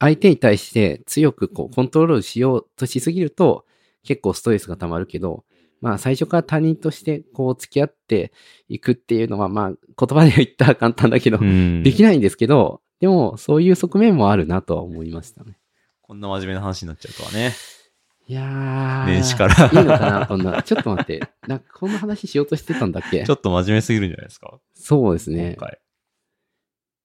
Speaker 2: 相手に対して強くこうコントロールしようとしすぎると結構ストレスが溜まるけど、まあ最初から他人としてこう付き合っていくっていうのはまあ言葉では言ったら簡単だけど、
Speaker 1: うん
Speaker 2: できないんですけど、でもそういう側面もあるなとは思いましたね。
Speaker 1: こんな真面目な話になっちゃうとはね
Speaker 2: いやー。
Speaker 1: 年始から
Speaker 2: いいのかなこんな。ちょっと待って。なんかこんな話しようとしてたんだっけ
Speaker 1: ちょっと真面目すぎるんじゃないですか、
Speaker 2: そうですね。
Speaker 1: 今回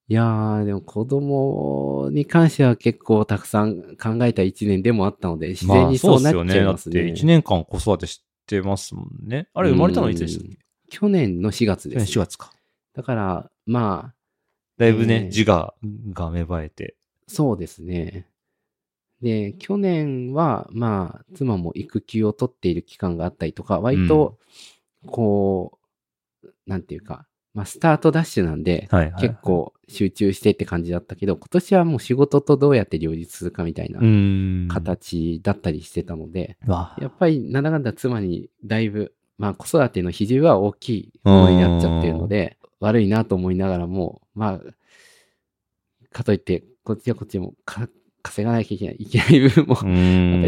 Speaker 2: いやー、でも子供に関しては結構たくさん考えた一年でもあったので、自然にそうなっちゃいますね。
Speaker 1: だって1年間子育てしてますもんねあれ生まれたのいつでしたっけ
Speaker 2: 去年の4月で
Speaker 1: 4
Speaker 2: す、
Speaker 1: 月か。
Speaker 2: だから、まあ、
Speaker 1: だいぶ
Speaker 2: えー
Speaker 1: ね、自我が芽生えて。
Speaker 2: そうですね。で、去年は、まあ、妻も育休を取っている期間があったりとか、割と、こう、なんていうか、まあ、スタートダッシュなんで、
Speaker 1: はいはい。
Speaker 2: 結。構集中してって感じだったけど、今年はもう仕事とどうやって両立するかみたいな
Speaker 1: うーん。
Speaker 2: 形だったりしてたので、
Speaker 1: わ
Speaker 2: やっぱり、なんだかんだ妻にだいぶ、まあ、子育ての比重は大きいものになっちゃってるので、悪いなと思いながらも、まあ、かといって、こっちはこっちもか稼がなきゃいけない、いけない部分も、
Speaker 1: う
Speaker 2: また
Speaker 1: ー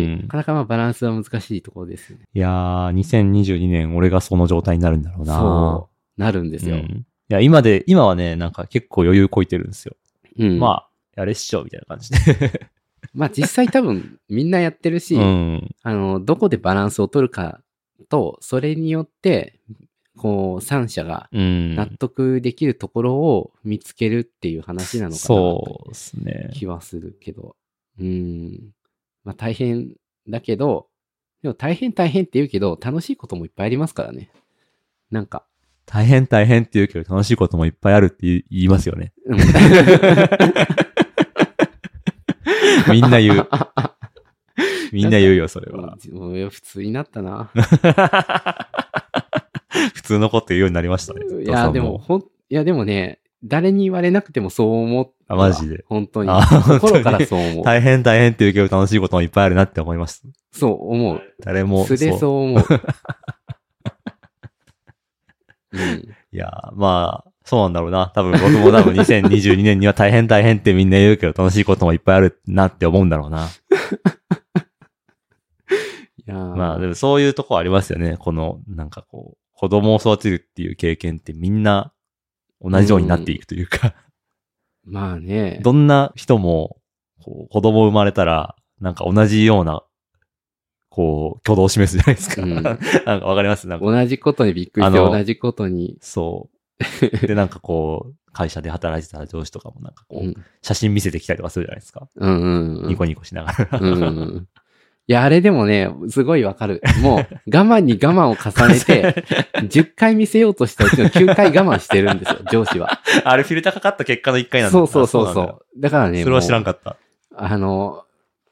Speaker 1: ん
Speaker 2: な。かなかまあバランスは難しいところですね。
Speaker 1: いやー、2022年俺がその状態になるんだろうな。
Speaker 2: そう、なるんですよ。
Speaker 1: うんいや、今で、今はね、なんか結構余裕こいてるんですよ。
Speaker 2: うんまあ、
Speaker 1: まあ、やれっしょ、みたいな感じ で。
Speaker 2: 実際多分みんなやってるし、
Speaker 1: うん。
Speaker 2: あの、どこでバランスを取るかと、それによって、こう、三者が
Speaker 1: うん。
Speaker 2: 納得できるところを見つけるっていう話なのかなと
Speaker 1: そうですね。
Speaker 2: 気はするけど。うん。まあ大変だけど、でも大変大変って言うけど、楽しいこともいっぱいありますからね。な んか。
Speaker 1: 大変大変って言うけど楽しいこともいっぱいあるって言い言いますよね。
Speaker 2: うん
Speaker 1: みんな言う。みんな言うよ、それ
Speaker 2: うん
Speaker 1: は。
Speaker 2: 俺普通になっ たな。
Speaker 1: 普通のこと言うようになりましたね。
Speaker 2: い
Speaker 1: 伊藤さん
Speaker 2: や、でも、。ほん、いや、でもね、誰に言われなくてもそう思ったわ。
Speaker 1: あマジで
Speaker 2: 本当に。
Speaker 1: あ本当に
Speaker 2: 心からそう思う。
Speaker 1: 大変大変っていうけど楽しいこともいっぱいあるなって思います。
Speaker 2: そう思う。
Speaker 1: 誰も。
Speaker 2: 素で
Speaker 1: う。
Speaker 2: そう思う。 うん、
Speaker 1: いや、まあ、そうなんだろうな。多分僕も多分2022年には大変大変ってみんな言うけど楽しいこともいっぱいあるなって思うんだろうな。
Speaker 2: いや
Speaker 1: まあで
Speaker 2: も、
Speaker 1: もそういうとこありますよね。この、なんかこう、子供を育てるっていう経験ってみんな同じようになっていくというか、
Speaker 2: まあね。
Speaker 1: どんな人も、こう、子供生まれたら、なんか同じような、こう、挙動を示すじゃないですか。
Speaker 2: うん
Speaker 1: なんかわかりますなんか、
Speaker 2: 同じことにびっくりして、
Speaker 1: あの
Speaker 2: 同じことに。
Speaker 1: そう。で、なんかこう、会社で働いてた上司とかもなんかこ
Speaker 2: う
Speaker 1: う、
Speaker 2: ん、
Speaker 1: 写真見せてきたりとかするじゃないですか。
Speaker 2: うんうんうん。
Speaker 1: ニコニコしながら。
Speaker 2: うんうんうん。いや、あれでもね、すごいわかる。 もう、我慢に我慢を重ねて、10回見せようとしたうちの9回我慢してるんですよ、上司は。
Speaker 1: あれフィルターかかった結果の一回なんだ
Speaker 2: そうそうそう
Speaker 1: あ
Speaker 2: そ
Speaker 1: なんだ
Speaker 2: う。だからね、
Speaker 1: それは知らん
Speaker 2: か
Speaker 1: かった。
Speaker 2: あの、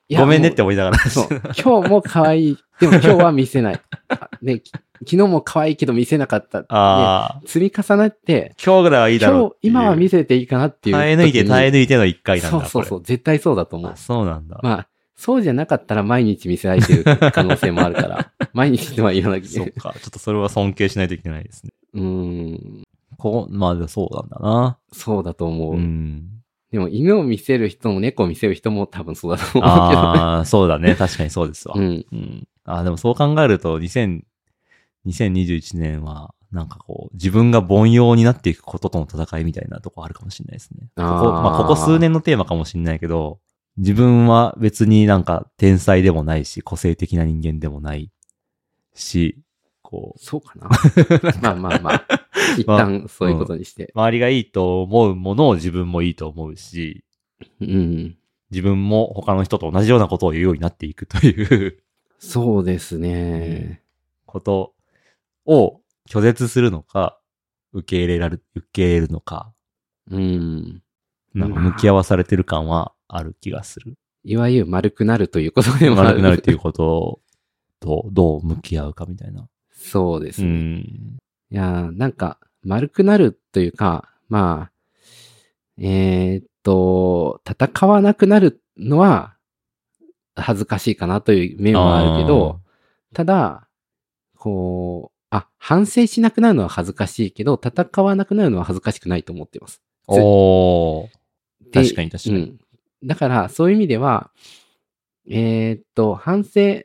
Speaker 2: いや
Speaker 1: ごめんねって思いながら。
Speaker 2: もうそう。今日も可愛い。でも今日は見せない。あね、き昨日も可愛いけど見せなかった。
Speaker 1: ああ、
Speaker 2: で積み重なって、
Speaker 1: 今日ぐらいはいいだろう
Speaker 2: 今日、
Speaker 1: っていう。
Speaker 2: 今は見せていいかなっていう時に。
Speaker 1: 耐え抜いて耐え抜いての一回なんだ。
Speaker 2: そうそう
Speaker 1: こ
Speaker 2: そう。絶対そうだと
Speaker 1: れ
Speaker 2: 思う
Speaker 1: あ、。そうなんだ。
Speaker 2: まあ、そうじゃなかったら毎日見せられてる可能性もあ るから、毎日とは言わなきゃ
Speaker 1: そっ
Speaker 2: う
Speaker 1: か。ちょっとそれは尊敬しないといけないですね。
Speaker 2: ーん、
Speaker 1: こう、まあ、そうなんだな。
Speaker 2: そうだと思う。
Speaker 1: うん。
Speaker 2: でも、犬を見せる人も猫を見せる人も多分そうだと思うけどね。
Speaker 1: ああ、そうだね。確かにそうですわ。
Speaker 2: うん、
Speaker 1: うん。ああ、でもそう考えると、2000 2021年は、なんかこう、自分が凡庸になっていくこととの戦いみたいなとこあるかもしれないですね。ここ
Speaker 2: あー
Speaker 1: まあ、ここ数年のテーマかもしれないけど、自分は別になんか天才でもないし、個性的な人間でもないし、こう、
Speaker 2: そうかな。 まあまあまあ、一 旦そういうことにして。
Speaker 1: 周りがいいと思うものを自分もいいと思うし、
Speaker 2: うん、
Speaker 1: 自分も他の人と同じようなことを言うようになっていくという
Speaker 2: そうですね。
Speaker 1: ことを拒絶するのか、受け入れられ、受け入れるのか、
Speaker 2: うん。
Speaker 1: なんか向き合わされてる感はある気がす る。
Speaker 2: いわゆる丸くなるということでもある。
Speaker 1: 悪くなるっていうこととどう向き合うかみたいな。
Speaker 2: そうです
Speaker 1: う
Speaker 2: ね。
Speaker 1: ん。
Speaker 2: いやー、なんか、丸くなるというか、まあ、えーっと、戦わなくなるのは、恥ずかしいかなという面はあるけど、ただ、こう、あ、反省しなくなるのは恥ずかしいけど、戦わなくなるのは恥ずかしくないと思ってます。
Speaker 1: あー、おー
Speaker 2: で
Speaker 1: 確かに確かに。
Speaker 2: うん。だから、そういう意味では、えーっと、反省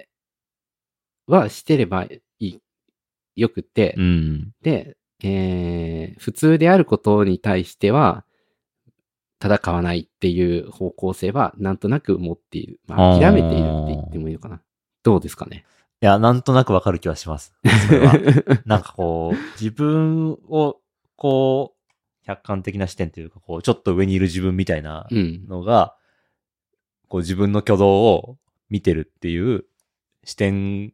Speaker 2: はしてればいい、よくて、
Speaker 1: うん。
Speaker 2: で、えー普通であることに対しては、戦わないっていう方向性は、なんとなく持っている。ま
Speaker 1: あ
Speaker 2: あ、
Speaker 1: ー
Speaker 2: 諦めているって言ってもいいのかな。どうですかね。
Speaker 1: いや、なんとなくわかる気はします。それは。 なんかこう、自分を、こう、客観的な視点というか、こう、ちょっと上にいる自分みたいな
Speaker 2: うん。
Speaker 1: のが、こう、自分の挙動を見てるっていう視点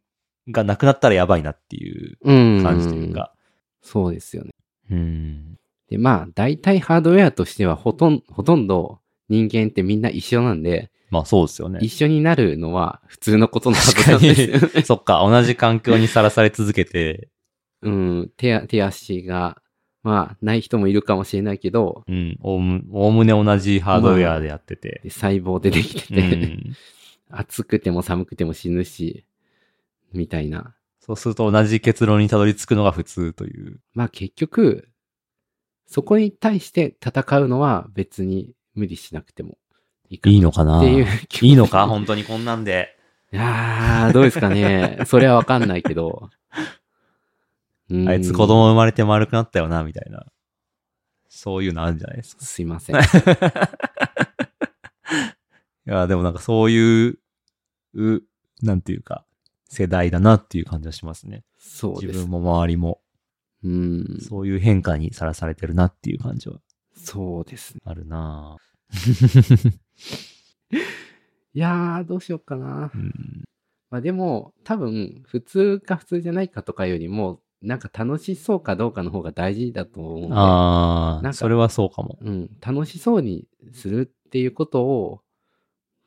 Speaker 1: がなくなったらやばいなっていう
Speaker 2: うん。
Speaker 1: 感じという。か。
Speaker 2: そうですよね。
Speaker 1: うん。
Speaker 2: で、まあ、大体ハードウェアとしては、ほとんど、ほとんど人間ってみんな一緒なんで、
Speaker 1: まあそうですよね
Speaker 2: 一。緒になるのは普通のことなは
Speaker 1: 確か
Speaker 2: ずなんですよね。
Speaker 1: に。 そっか、同じ環境にさらされ続けて、
Speaker 2: うん。手、手足が、まあ、ない人もいるかもしれないけど、
Speaker 1: うん、おおむおおむね同じハードウェアでやってて。
Speaker 2: で細胞でできて
Speaker 1: う
Speaker 2: て、
Speaker 1: ん。
Speaker 2: 暑くても寒くても死ぬし、みたいな。
Speaker 1: そうすると同じ結論にたどり着くのが普通という。
Speaker 2: まあ結局、そこに対して戦うのは別に無理しなくてもいいか
Speaker 1: いいのかな
Speaker 2: っていう気持ち
Speaker 1: いいのか本当にこんなんで。
Speaker 2: いやー、どうですかね。それはわかんないけど。うん
Speaker 1: あいつ子。供生まれて丸くなったよな、みたいな。そういうのあるんじゃないですか。
Speaker 2: すいま せん。
Speaker 1: いや、でもなんかそういう、う、なんていうか、世代だなっていう感じはしますね。
Speaker 2: そう
Speaker 1: 自
Speaker 2: です
Speaker 1: 分。も周りも、
Speaker 2: うん。
Speaker 1: そういう変化にさらされてるなっていう感じは
Speaker 2: そうですね。
Speaker 1: あるな、
Speaker 2: いやー、どうしようかな
Speaker 1: う。ん、
Speaker 2: まあでも、多分、普通か普通じゃないかとかよりも、なんか楽しそうかどうかの方が大事だと思うんで。
Speaker 1: あ
Speaker 2: なん
Speaker 1: あ、
Speaker 2: か
Speaker 1: それはそうかも。
Speaker 2: うん、楽しそうにするっていうことを、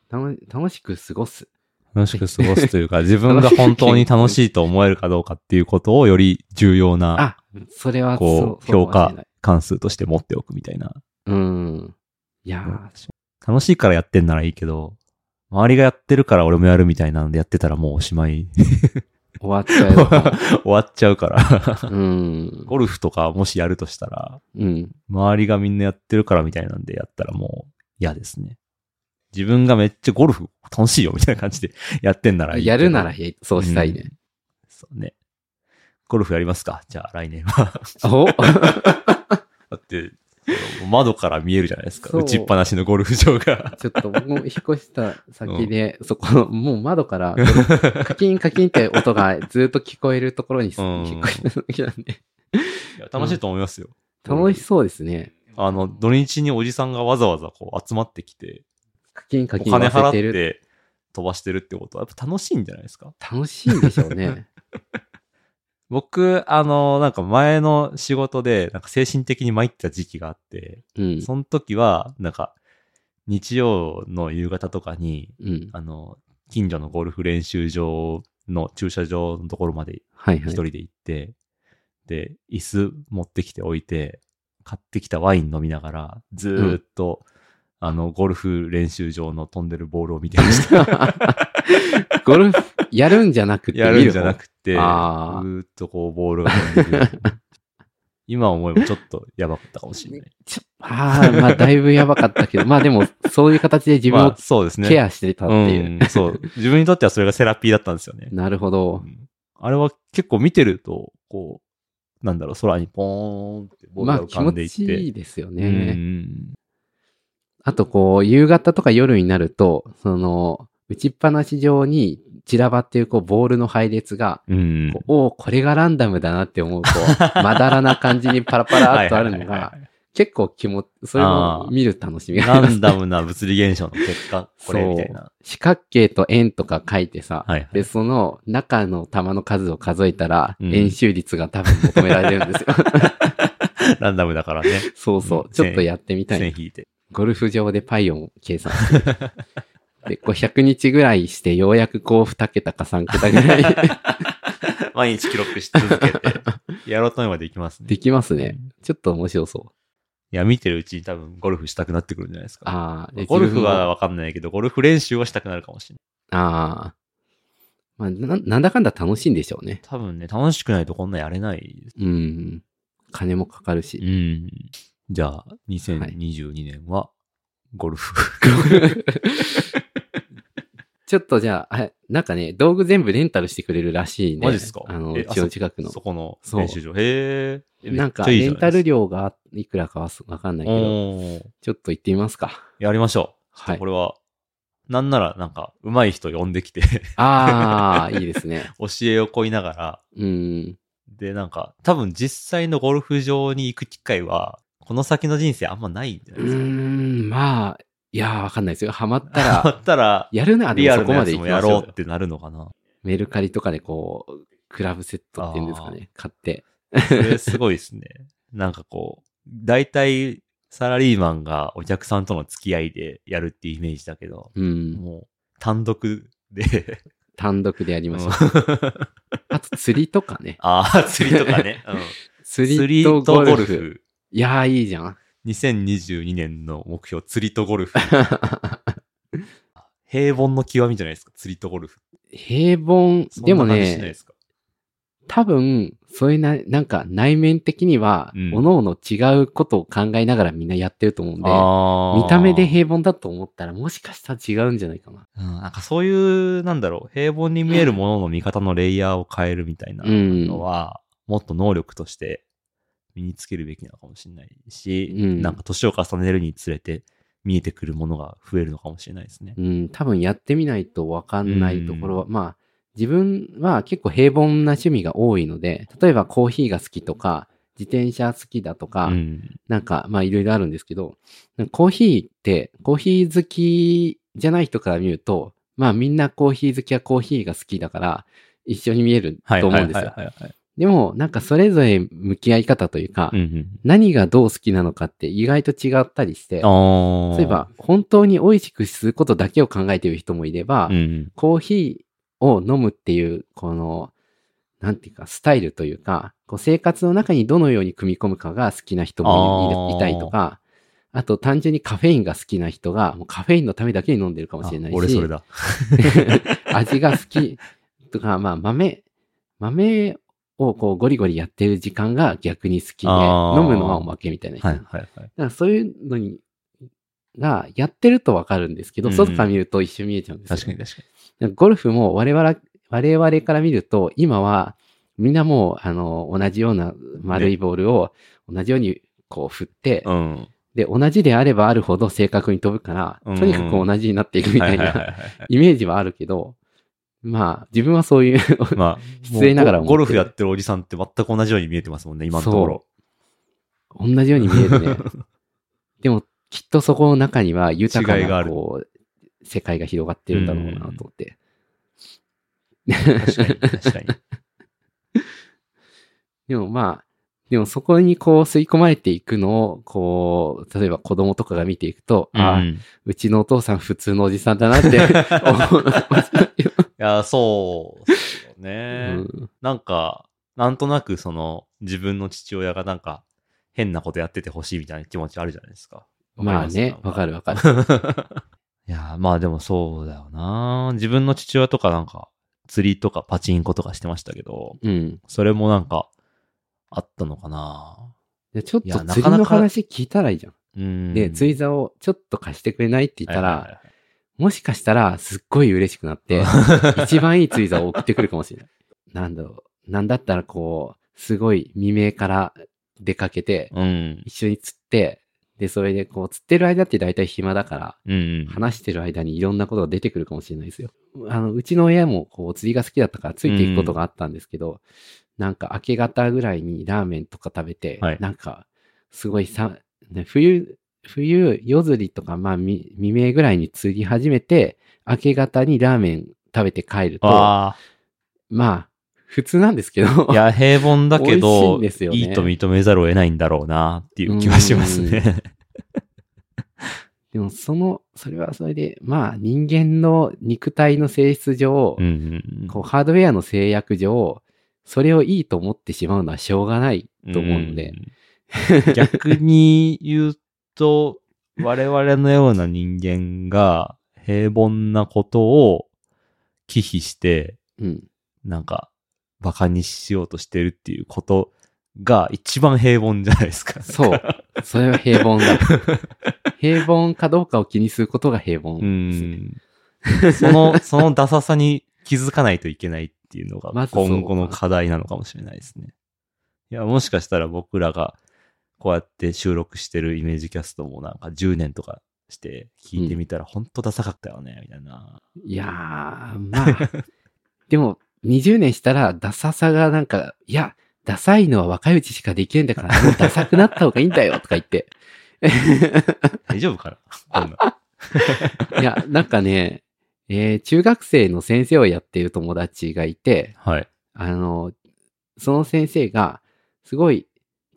Speaker 2: たの楽しく過ごす。
Speaker 1: 楽しく過ごすというか、 自分が本当に楽しいと思えるかどうかっていうことをより重要な
Speaker 2: あ、それは
Speaker 1: こ
Speaker 2: そうう、そ
Speaker 1: 評
Speaker 2: うか
Speaker 1: 価
Speaker 2: もしれない。
Speaker 1: 関数として持っておくみたいな。
Speaker 2: うん。いや
Speaker 1: 楽しいからやってんならいいけど、周りがやってるから俺もやるみたいなんでやってたらもうおしまい。
Speaker 2: ー、終わっちゃうよか
Speaker 1: 終わっちゃうから。
Speaker 2: も。うん。
Speaker 1: ゴルフとかもしやるとしたら、
Speaker 2: うん。
Speaker 1: 周りがみんなやってるからみたいなんでやったらもう嫌ですね。自分がめっちゃゴルフ楽しいよみたいな感じで やってんならいいけど。
Speaker 2: やるならへいそうしたいね。
Speaker 1: そうね。ゴルフやりますかじゃあ来年は。
Speaker 2: お
Speaker 1: だって、その窓から見えるじゃないですか。
Speaker 2: そう
Speaker 1: 打ちっぱなしのゴルフ場 が。
Speaker 2: ちょっと僕も引っ越した先で、そこの、もう窓から、カキンカキンって音がずっと聞こえるところに
Speaker 1: うん
Speaker 2: 引っ越した時なんで。
Speaker 1: いや楽しいと思いますよ。
Speaker 2: 楽しそうですね。
Speaker 1: あの、土日におじさんがわざわざこう集まってきて、
Speaker 2: カキンカ
Speaker 1: お
Speaker 2: キン
Speaker 1: 金
Speaker 2: 言
Speaker 1: 払
Speaker 2: わ
Speaker 1: っ
Speaker 2: せてる。
Speaker 1: て飛ばしてるってことはやっぱ楽しいんじゃないですか
Speaker 2: 楽しいんでしょう ね。
Speaker 1: 僕、あの、なんか前の仕事で、なんか精神的に参った時期があって、
Speaker 2: うん。
Speaker 1: その時は、なんか、日曜の夕方とかに、
Speaker 2: うん。
Speaker 1: あの、近所のゴルフ練習場の駐車場のところまで
Speaker 2: はいは
Speaker 1: 一
Speaker 2: い。
Speaker 1: 人で行って、で、椅子持ってきて置いて、買ってきたワイン飲みながら、ずーっと、あの、ゴルフ練習場の飛んでるボールを見てました。
Speaker 2: ゴルフ、 やるんじゃなくて見
Speaker 1: や
Speaker 2: 方、
Speaker 1: るんじゃなくて、ず
Speaker 2: あー
Speaker 1: ーっとこう、ボールが飛んでる。 今思えばちょっとやばかったかもしれない。
Speaker 2: ちょああ、まあ、だいぶやばかったけど、まあでも、そういう形で自分
Speaker 1: ま
Speaker 2: を
Speaker 1: あ、そうですね。
Speaker 2: ケアしてたっていう。
Speaker 1: うん、そう。自分にとってはそれがセラピーだったんですよね。
Speaker 2: なるほ
Speaker 1: う
Speaker 2: ど。
Speaker 1: んあれは結構見てると、こう、なんだろう、空にポーンってボール
Speaker 2: まあ、
Speaker 1: が浮
Speaker 2: 気
Speaker 1: かんでい
Speaker 2: 持
Speaker 1: っ
Speaker 2: ちい
Speaker 1: て。
Speaker 2: いですよ
Speaker 1: う
Speaker 2: ね。
Speaker 1: ん
Speaker 2: あと、こう、夕方とか夜になると、その、打ちっぱなし上に散らばっていう、こう、ボールの配列が、
Speaker 1: うん。
Speaker 2: こうおお、これがランダムだなって思う、こ う、まだらな感じにパラパラっとあるの
Speaker 1: はいはい
Speaker 2: が、結構気持ち、それも見る楽しみが
Speaker 1: はいはいランダムな物理現象の結 果、これみたいな。
Speaker 2: 四角形と円とか書いてさ、
Speaker 1: はいはい
Speaker 2: で、その中の玉の数を数えたら、
Speaker 1: うん
Speaker 2: 円周率が多分求められるんで すよ。
Speaker 1: ランダムだからね。。
Speaker 2: そうそううんちょっとやってみた
Speaker 1: 線
Speaker 2: い。
Speaker 1: 引いて。
Speaker 2: ゴルフ場でパイオンを計算してるで、こう100日ぐらいして、ようやくこう2桁か3桁 ぐらい
Speaker 1: 毎日記録し続 けて、やろうと思えばできますね。
Speaker 2: できますね。ちょっと面白そう。
Speaker 1: いや、見てるうちに多分ゴルフしたくなってくるんじゃないですか。
Speaker 2: ああ、で
Speaker 1: ゴルフは
Speaker 2: 自
Speaker 1: わかんないけど、ゴルフ練習はしたくなるかもしれない。
Speaker 2: 分もああ。まあな、なんだかんだ楽しいんでしょうね。
Speaker 1: 多分ね、楽しくないとこんなやれないです。
Speaker 2: うん。金もかかるし。
Speaker 1: うん。じゃあ、2022年は、ゴルフ。
Speaker 2: ちょっとじゃあ、あなんかね、道具全部レンタルしてくれるらしいね。
Speaker 1: マジっすか
Speaker 2: あの、
Speaker 1: え
Speaker 2: うちの近くの
Speaker 1: そ。この
Speaker 2: そう
Speaker 1: 練習場。へえ。
Speaker 2: なんか、
Speaker 1: めっちゃいいじ
Speaker 2: レ
Speaker 1: ゃ
Speaker 2: ン
Speaker 1: ない
Speaker 2: タル
Speaker 1: で
Speaker 2: 料がいくらかはわかんない
Speaker 1: す
Speaker 2: け
Speaker 1: か
Speaker 2: ど、
Speaker 1: おー
Speaker 2: ちょっと行ってみますか。
Speaker 1: やりましょう。
Speaker 2: はい
Speaker 1: これは、なんならなんか、上手い人呼んできて、
Speaker 2: ああ、いいですね。
Speaker 1: 教えをこいながら、
Speaker 2: うん。
Speaker 1: で、なんか、多分実際のゴルフ場に行く機会は、この先の人生あんまないんじゃ
Speaker 2: う
Speaker 1: ないですか。
Speaker 2: ーん、まあ、いやー、わかんないですよ。ハマった
Speaker 1: だ
Speaker 2: ら、
Speaker 1: ったら、
Speaker 2: やるな、で
Speaker 1: リ
Speaker 2: も
Speaker 1: ア
Speaker 2: そ
Speaker 1: ル
Speaker 2: こ
Speaker 1: なや
Speaker 2: まで
Speaker 1: つ
Speaker 2: 行
Speaker 1: も
Speaker 2: きま
Speaker 1: や
Speaker 2: しょ
Speaker 1: ろ
Speaker 2: う
Speaker 1: う
Speaker 2: よ
Speaker 1: っ。てなるのかな。
Speaker 2: メルカリとかでこう、クラブセットっていうんですかね。買って。
Speaker 1: それすごいですね。 なんかこう、大体サラリーマンがお客さんとの付き合いでやるっていうイメージだけど、
Speaker 2: うん。
Speaker 1: もう単独で、
Speaker 2: 単独でやりましょう。
Speaker 1: あ
Speaker 2: あと、釣りとかね。
Speaker 1: あー、釣りとか ね。うん
Speaker 2: 釣りとゴル
Speaker 1: 釣
Speaker 2: フ。
Speaker 1: りとゴルフ
Speaker 2: いやー、いいじゃん。
Speaker 1: 2022年の目標、釣りと ゴルフ。平凡の極みじゃないですか、釣りとゴルフ。
Speaker 2: 平凡。
Speaker 1: そんな
Speaker 2: でも
Speaker 1: 感じしない
Speaker 2: ね
Speaker 1: で、すか
Speaker 2: 多分、そういうな、なんか内面的には、
Speaker 1: うん
Speaker 2: 各々違うことを考えながらみんなやってると思うんで、
Speaker 1: あー
Speaker 2: 見た目で平凡だと思ったらもしかしたら違うんじゃないかな。
Speaker 1: うんなんかそういう、なんだろう、平凡に見えるものの見方のレイヤーを変えるみたいな
Speaker 2: うん
Speaker 1: のは、もっと能力として身につけるべきなのかもしれないし、
Speaker 2: うん
Speaker 1: なんか年を重ねるにつれて見えてくるものが増えるのかもしれないですね。
Speaker 2: うん、多分やってみないとわかんないところは、まあ、自分は結構平凡な趣味が多いので、例えばコーヒーが好きとか、自転車好きだとか、
Speaker 1: うん
Speaker 2: なんか、まあいろいろあるんですけど、なんかコーヒーって、コーヒー好きじゃない人から見ると、まあみんなコーヒー好きはコーヒーが好きだから、一緒に見える
Speaker 1: はい
Speaker 2: と
Speaker 1: は
Speaker 2: 思う
Speaker 1: い
Speaker 2: んです
Speaker 1: はい
Speaker 2: よ。
Speaker 1: はいはい。
Speaker 2: でも、なんかそれぞれ向き合い方というか、
Speaker 1: うんうん。
Speaker 2: 何がどう好きなのかって意外と違ったりして、そ
Speaker 1: ああ。
Speaker 2: ういえば、本当に美味しくすることだけを考えている人もいれば、
Speaker 1: うんうん。
Speaker 2: コーヒーを飲むっていう、この、なんていうか、スタイルというか、こう生活の中にどのように組み込むかが好きな人も
Speaker 1: あ
Speaker 2: いるい
Speaker 1: ー
Speaker 2: たりとか、あと単純にカフェインが好きな人が、もうカフェインのためだけに飲んでるかもしれない
Speaker 1: あ
Speaker 2: し、
Speaker 1: 俺それだ。
Speaker 2: 味が好きとか、まあ豆、豆をこうゴリゴリやってる時間が逆に好きで、
Speaker 1: あー
Speaker 2: 飲むのはおまけみたいな人。
Speaker 1: はいはいはい。
Speaker 2: だからそういうのに、が、やってるとわかるんですけど、
Speaker 1: うん
Speaker 2: 外から見ると一瞬見えちゃうんですよ。
Speaker 1: 確かに確か
Speaker 2: ゴルフも我々、我々から見ると、今は、みんなもう、あの、同じような丸いボールを同じようにこう振って、
Speaker 1: に。うん。
Speaker 2: で、同じであればあるほど正確に飛ぶから、
Speaker 1: うん
Speaker 2: とにかく同じになっていくみたい
Speaker 1: ははは
Speaker 2: な
Speaker 1: はは
Speaker 2: イメージはあるけど、まあ、自分はそういう
Speaker 1: い。まあ、
Speaker 2: 失礼ながらも
Speaker 1: ゴゴルフやってるおじさんって全く同じように見えてますもんね、今のところ。
Speaker 2: 同じように見え るね。でも、きっとそこの中には豊か
Speaker 1: 違いがあ
Speaker 2: な、
Speaker 1: る
Speaker 2: こう、世界が広がってるんだろうなと思って。
Speaker 1: 確かに、確かに。
Speaker 2: でもまあ、でもそこにこう吸い込まれていくのを、こう、例えば子供とかが見ていくと、あ
Speaker 1: う
Speaker 2: あ、
Speaker 1: んいう
Speaker 2: ちのお父さん普通のおじさんだなっ て思う。
Speaker 1: や、そうっすよね。
Speaker 2: うん
Speaker 1: なんか、なんとなくその、自分の父親がなんか、変なことやっててほしいみたいな気持ちあるじゃないですか。
Speaker 2: まあね、わ
Speaker 1: わ
Speaker 2: か
Speaker 1: かり
Speaker 2: るわか
Speaker 1: ま
Speaker 2: る。
Speaker 1: す。なんかいや、まあでもそうだよな。自分の父親とかなんか、釣りとかパチンコとかしてましたけど、
Speaker 2: うん。
Speaker 1: それもなんか、あったのかな。
Speaker 2: でちょっ
Speaker 1: いや
Speaker 2: と
Speaker 1: な
Speaker 2: 釣
Speaker 1: か
Speaker 2: り
Speaker 1: なか
Speaker 2: の話聞いたらいいじゃん。
Speaker 1: うん。
Speaker 2: で、釣り竿をちょっと貸してくれないって言っ
Speaker 1: は
Speaker 2: た
Speaker 1: いはい
Speaker 2: ら、
Speaker 1: はい
Speaker 2: もしかしたらすっごい嬉しくな って、一番いい釣り竿を送ってくるかもしれない。なんだろう。なんだったらこう、すごい未明から出かけて、
Speaker 1: うん。
Speaker 2: 一緒に釣って、で、それでこう、釣ってる間って大体暇だから、
Speaker 1: うん。
Speaker 2: 話してる間にいろんなことが出てくるかもしれないですよ。あの、うちの親もこう、釣りが好きだったからついていくことがあったんですけど、なんか明け方ぐらいにラーメンとか食べて、
Speaker 1: はい
Speaker 2: なんか、すごいさ、ね、冬、冬、夜釣りとか、まあ、み未明ぐらいに釣り始めて、明け方にラーメン食べて帰ると、
Speaker 1: あ
Speaker 2: まあ、普通なんですけど、
Speaker 1: あ、い や、平凡だけ
Speaker 2: 美味しい
Speaker 1: ど、
Speaker 2: んですよね
Speaker 1: いいと認めざるを得ないんだろうな、っていう気はしますね。
Speaker 2: でもその、それはそれで、まあ人間の肉体の性質上、
Speaker 1: うんうんうん
Speaker 2: こうハードウェアの制約上、それをいいと思ってしまうのはしょうがないと思うので、
Speaker 1: うん逆に言う と、我々のような人間が平凡なことを忌避して、
Speaker 2: うん。
Speaker 1: なんか、馬鹿にしようとしてるっていうことが一番平凡じゃないですか。
Speaker 2: そう。それは平凡だ。平凡かどうかを気にすることが平凡
Speaker 1: う。ん。その、そのダサさに気づかないといけないっていうのが
Speaker 2: まずそう
Speaker 1: 今後の課題なのかもしれないですね。いや、もしかしたら僕らがこうやって収録してるイメージキャストもなんか10年とかして聞いてみたら本当ダサかったよね、みたいな。
Speaker 2: いやー、まあ。 でも、20年したら、ダサさがなんか、いや、ダサいのは若いうちしかできないんだから、もうダサくなった方がいいんだよ、とか言って。
Speaker 1: 大丈夫 かなこんない
Speaker 2: や、なんかね、えー中学生の先生をやっている友達がいて、
Speaker 1: はい。
Speaker 2: あの、その先生が、すごい、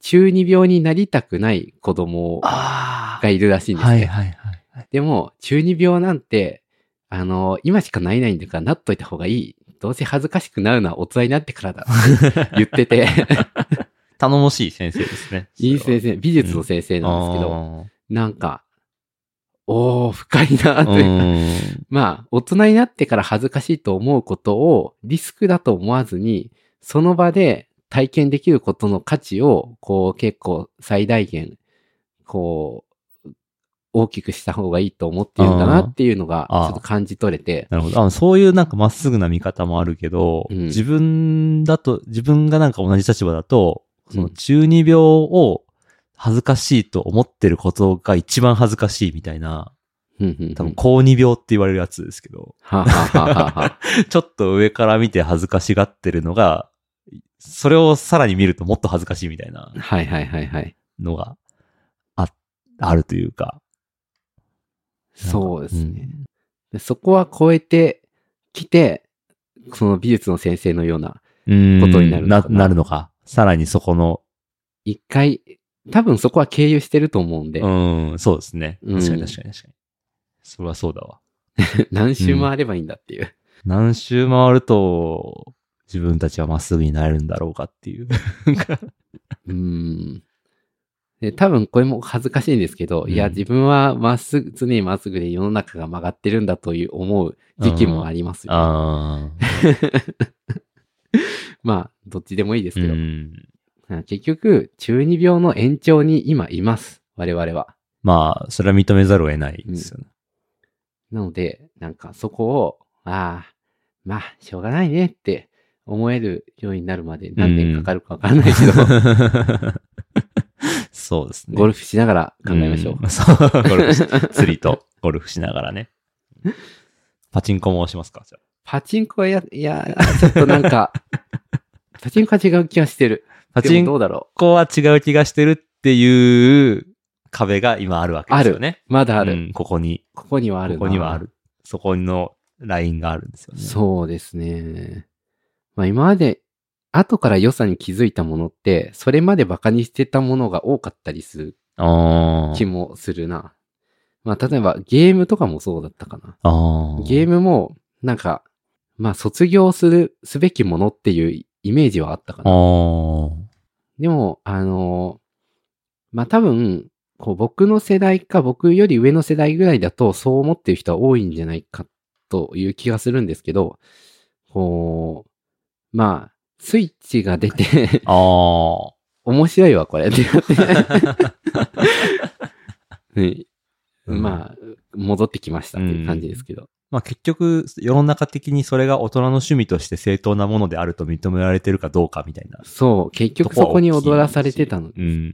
Speaker 2: 中二病になりたくない子供
Speaker 1: あ
Speaker 2: がいるらしいんですね。
Speaker 1: はいはいはいはい。
Speaker 2: でも、中二病なんて、あの、今しかなりないんだから、なっといた方がいい。どうせ恥ずかしくなるのは大人になってからだ。 言ってて、
Speaker 1: 頼もしい先生ですね。
Speaker 2: いい先
Speaker 1: 生
Speaker 2: 生、美術の先生なんですけど、
Speaker 1: ど。
Speaker 2: なんか、おー、深いな
Speaker 1: あ
Speaker 2: ーというか
Speaker 1: ーうん
Speaker 2: まあ、大人になってから恥ずかしいと思うことをリスクだと思わずに、その場で体験できることの価値を、こう結構最大限、こう、大きくした方がいいと思っているんだなっていうのが、ち
Speaker 1: あーあー
Speaker 2: ょっと感じ取れて、
Speaker 1: なるほど。あそういうなんかまっすぐな見方もあるけど、
Speaker 2: うん
Speaker 1: 自分だと、自分がなんか同じ立場だと、そうの
Speaker 2: ん
Speaker 1: 中二病を恥ずかしいと思ってることが一番恥ずかしいみたいな、
Speaker 2: うんうんうん
Speaker 1: 多分高二病って言われるやつですけど、
Speaker 2: はあはあはあはあ
Speaker 1: ちょっと上から見て恥ずかしがってるのが、それをさらに見るともっと恥ずかしいみたいな
Speaker 2: はいはいはいはい。
Speaker 1: のがあ、あるというか。
Speaker 2: そうですね。でそこは超えてきて、その美術の先生のような、
Speaker 1: うん
Speaker 2: ことになるの
Speaker 1: な
Speaker 2: かな
Speaker 1: なるのか。さらにそこの、
Speaker 2: 一回、多分そこは経由してると思うんで、
Speaker 1: うん、そうですね。
Speaker 2: うん
Speaker 1: 確かに確かに確かに。それはそうだわ。
Speaker 2: 何周もあればいいんだっていう。
Speaker 1: 何周回ると、自分たちはまっすぐになれるんだろうかっていう。
Speaker 2: うん。で、多分これも恥ずかしいんですけど、
Speaker 1: うん
Speaker 2: いや、自分はまっすぐ、常にまっすぐで世の中が曲がってるんだという思う 時期もありますよ、
Speaker 1: ああ。
Speaker 2: まあ、どっちでもいいです
Speaker 1: う
Speaker 2: け ど。
Speaker 1: ん。
Speaker 2: 結局、中二病の延長に今います。我々は。
Speaker 1: まあ、それは認めざるを得ないですよね。
Speaker 2: なので、なんかそこを、ああ、まあ、しょうがないねって思えるようになるまで何年かかるかわから ないけど、
Speaker 1: そうですね。
Speaker 2: ゴ
Speaker 1: ル
Speaker 2: ルフしながら考えましょう。
Speaker 1: そう、ゴルフし釣りとゴルフしながらね。パチンコもしますかじゃあ
Speaker 2: パチンコはや、いや、ちょっとなんか、 パチンコは違う気がしてる。
Speaker 1: パチン
Speaker 2: でもどうだろ
Speaker 1: コは違う気がしてるっていう壁が今あるわけですよね。
Speaker 2: う。まだある。
Speaker 1: うんここに、
Speaker 2: ここにはある
Speaker 1: こ
Speaker 2: な
Speaker 1: こにはあ。る。そこのラインがあるんですよね。
Speaker 2: そうですね。まあ今まで、後から良さに気づいたものって、それまでバカにしてたものが多かったりする
Speaker 1: あ
Speaker 2: 気
Speaker 1: ー
Speaker 2: もするな。まあ例えばゲームとかもそうだったかな。
Speaker 1: あー。
Speaker 2: ゲー
Speaker 1: ム
Speaker 2: ムも、なんか、まあ卒業する、すべきものっていうイメージはあったか
Speaker 1: あ
Speaker 2: な。
Speaker 1: ー、
Speaker 2: でも、あのーまあ多分、こう僕の世代か僕より上の世代ぐらいだとそう思ってる人は多いんじゃないかという気がするんですけど、こう、まあ、スイッチが出て
Speaker 1: あ
Speaker 2: 面白いわ、これ。ってなって
Speaker 1: ー。
Speaker 2: ね
Speaker 1: うん
Speaker 2: まあ、戻ってきましたっていう感じですけど。
Speaker 1: まあ結局、世の中的にそれが大人の趣味として正当なものであると認められてるかどうかみたいな。
Speaker 2: そう、結局そこに踊らされてたの。
Speaker 1: うん。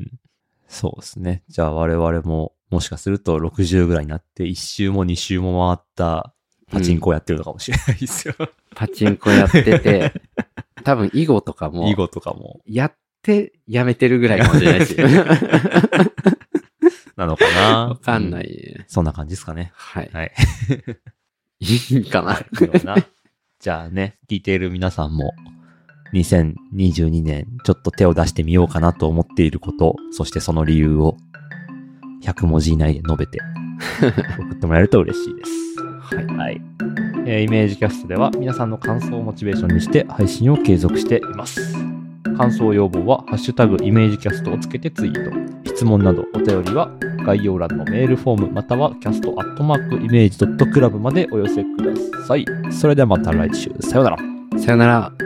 Speaker 1: そうですね。じゃあ我々も、もしかすると60ぐらいになって、1周も2周も回ったパチンコをやってるのかもしれないですよ。
Speaker 2: パチンコやってて、多分囲碁とかも
Speaker 1: 囲、碁とかも、
Speaker 2: やってやめてるぐらいかもしれないし。
Speaker 1: なのかな。
Speaker 2: わかんな
Speaker 1: う。
Speaker 2: い。
Speaker 1: そんな感じですかね。
Speaker 2: はい。
Speaker 1: はい。
Speaker 2: いいかな。
Speaker 1: な。じゃあね、聞いている皆さんも、2022年、ちょっと手を出してみようかなと思っていること、そしてその理由を、100文字以内で述べ て、送ってもらえると嬉しいです。はい。えーイメージキャストでは、皆さんの感想をモチベーションにして、配信を継続しています。感想要望は、ハッシュタグイメージキャストをつけてツイート。質問などお便りは、概要欄のメールフォームまたはキャストアットマークイメージドットクラブまでお寄せください。それではまた来週。さようなら。
Speaker 2: さよなら。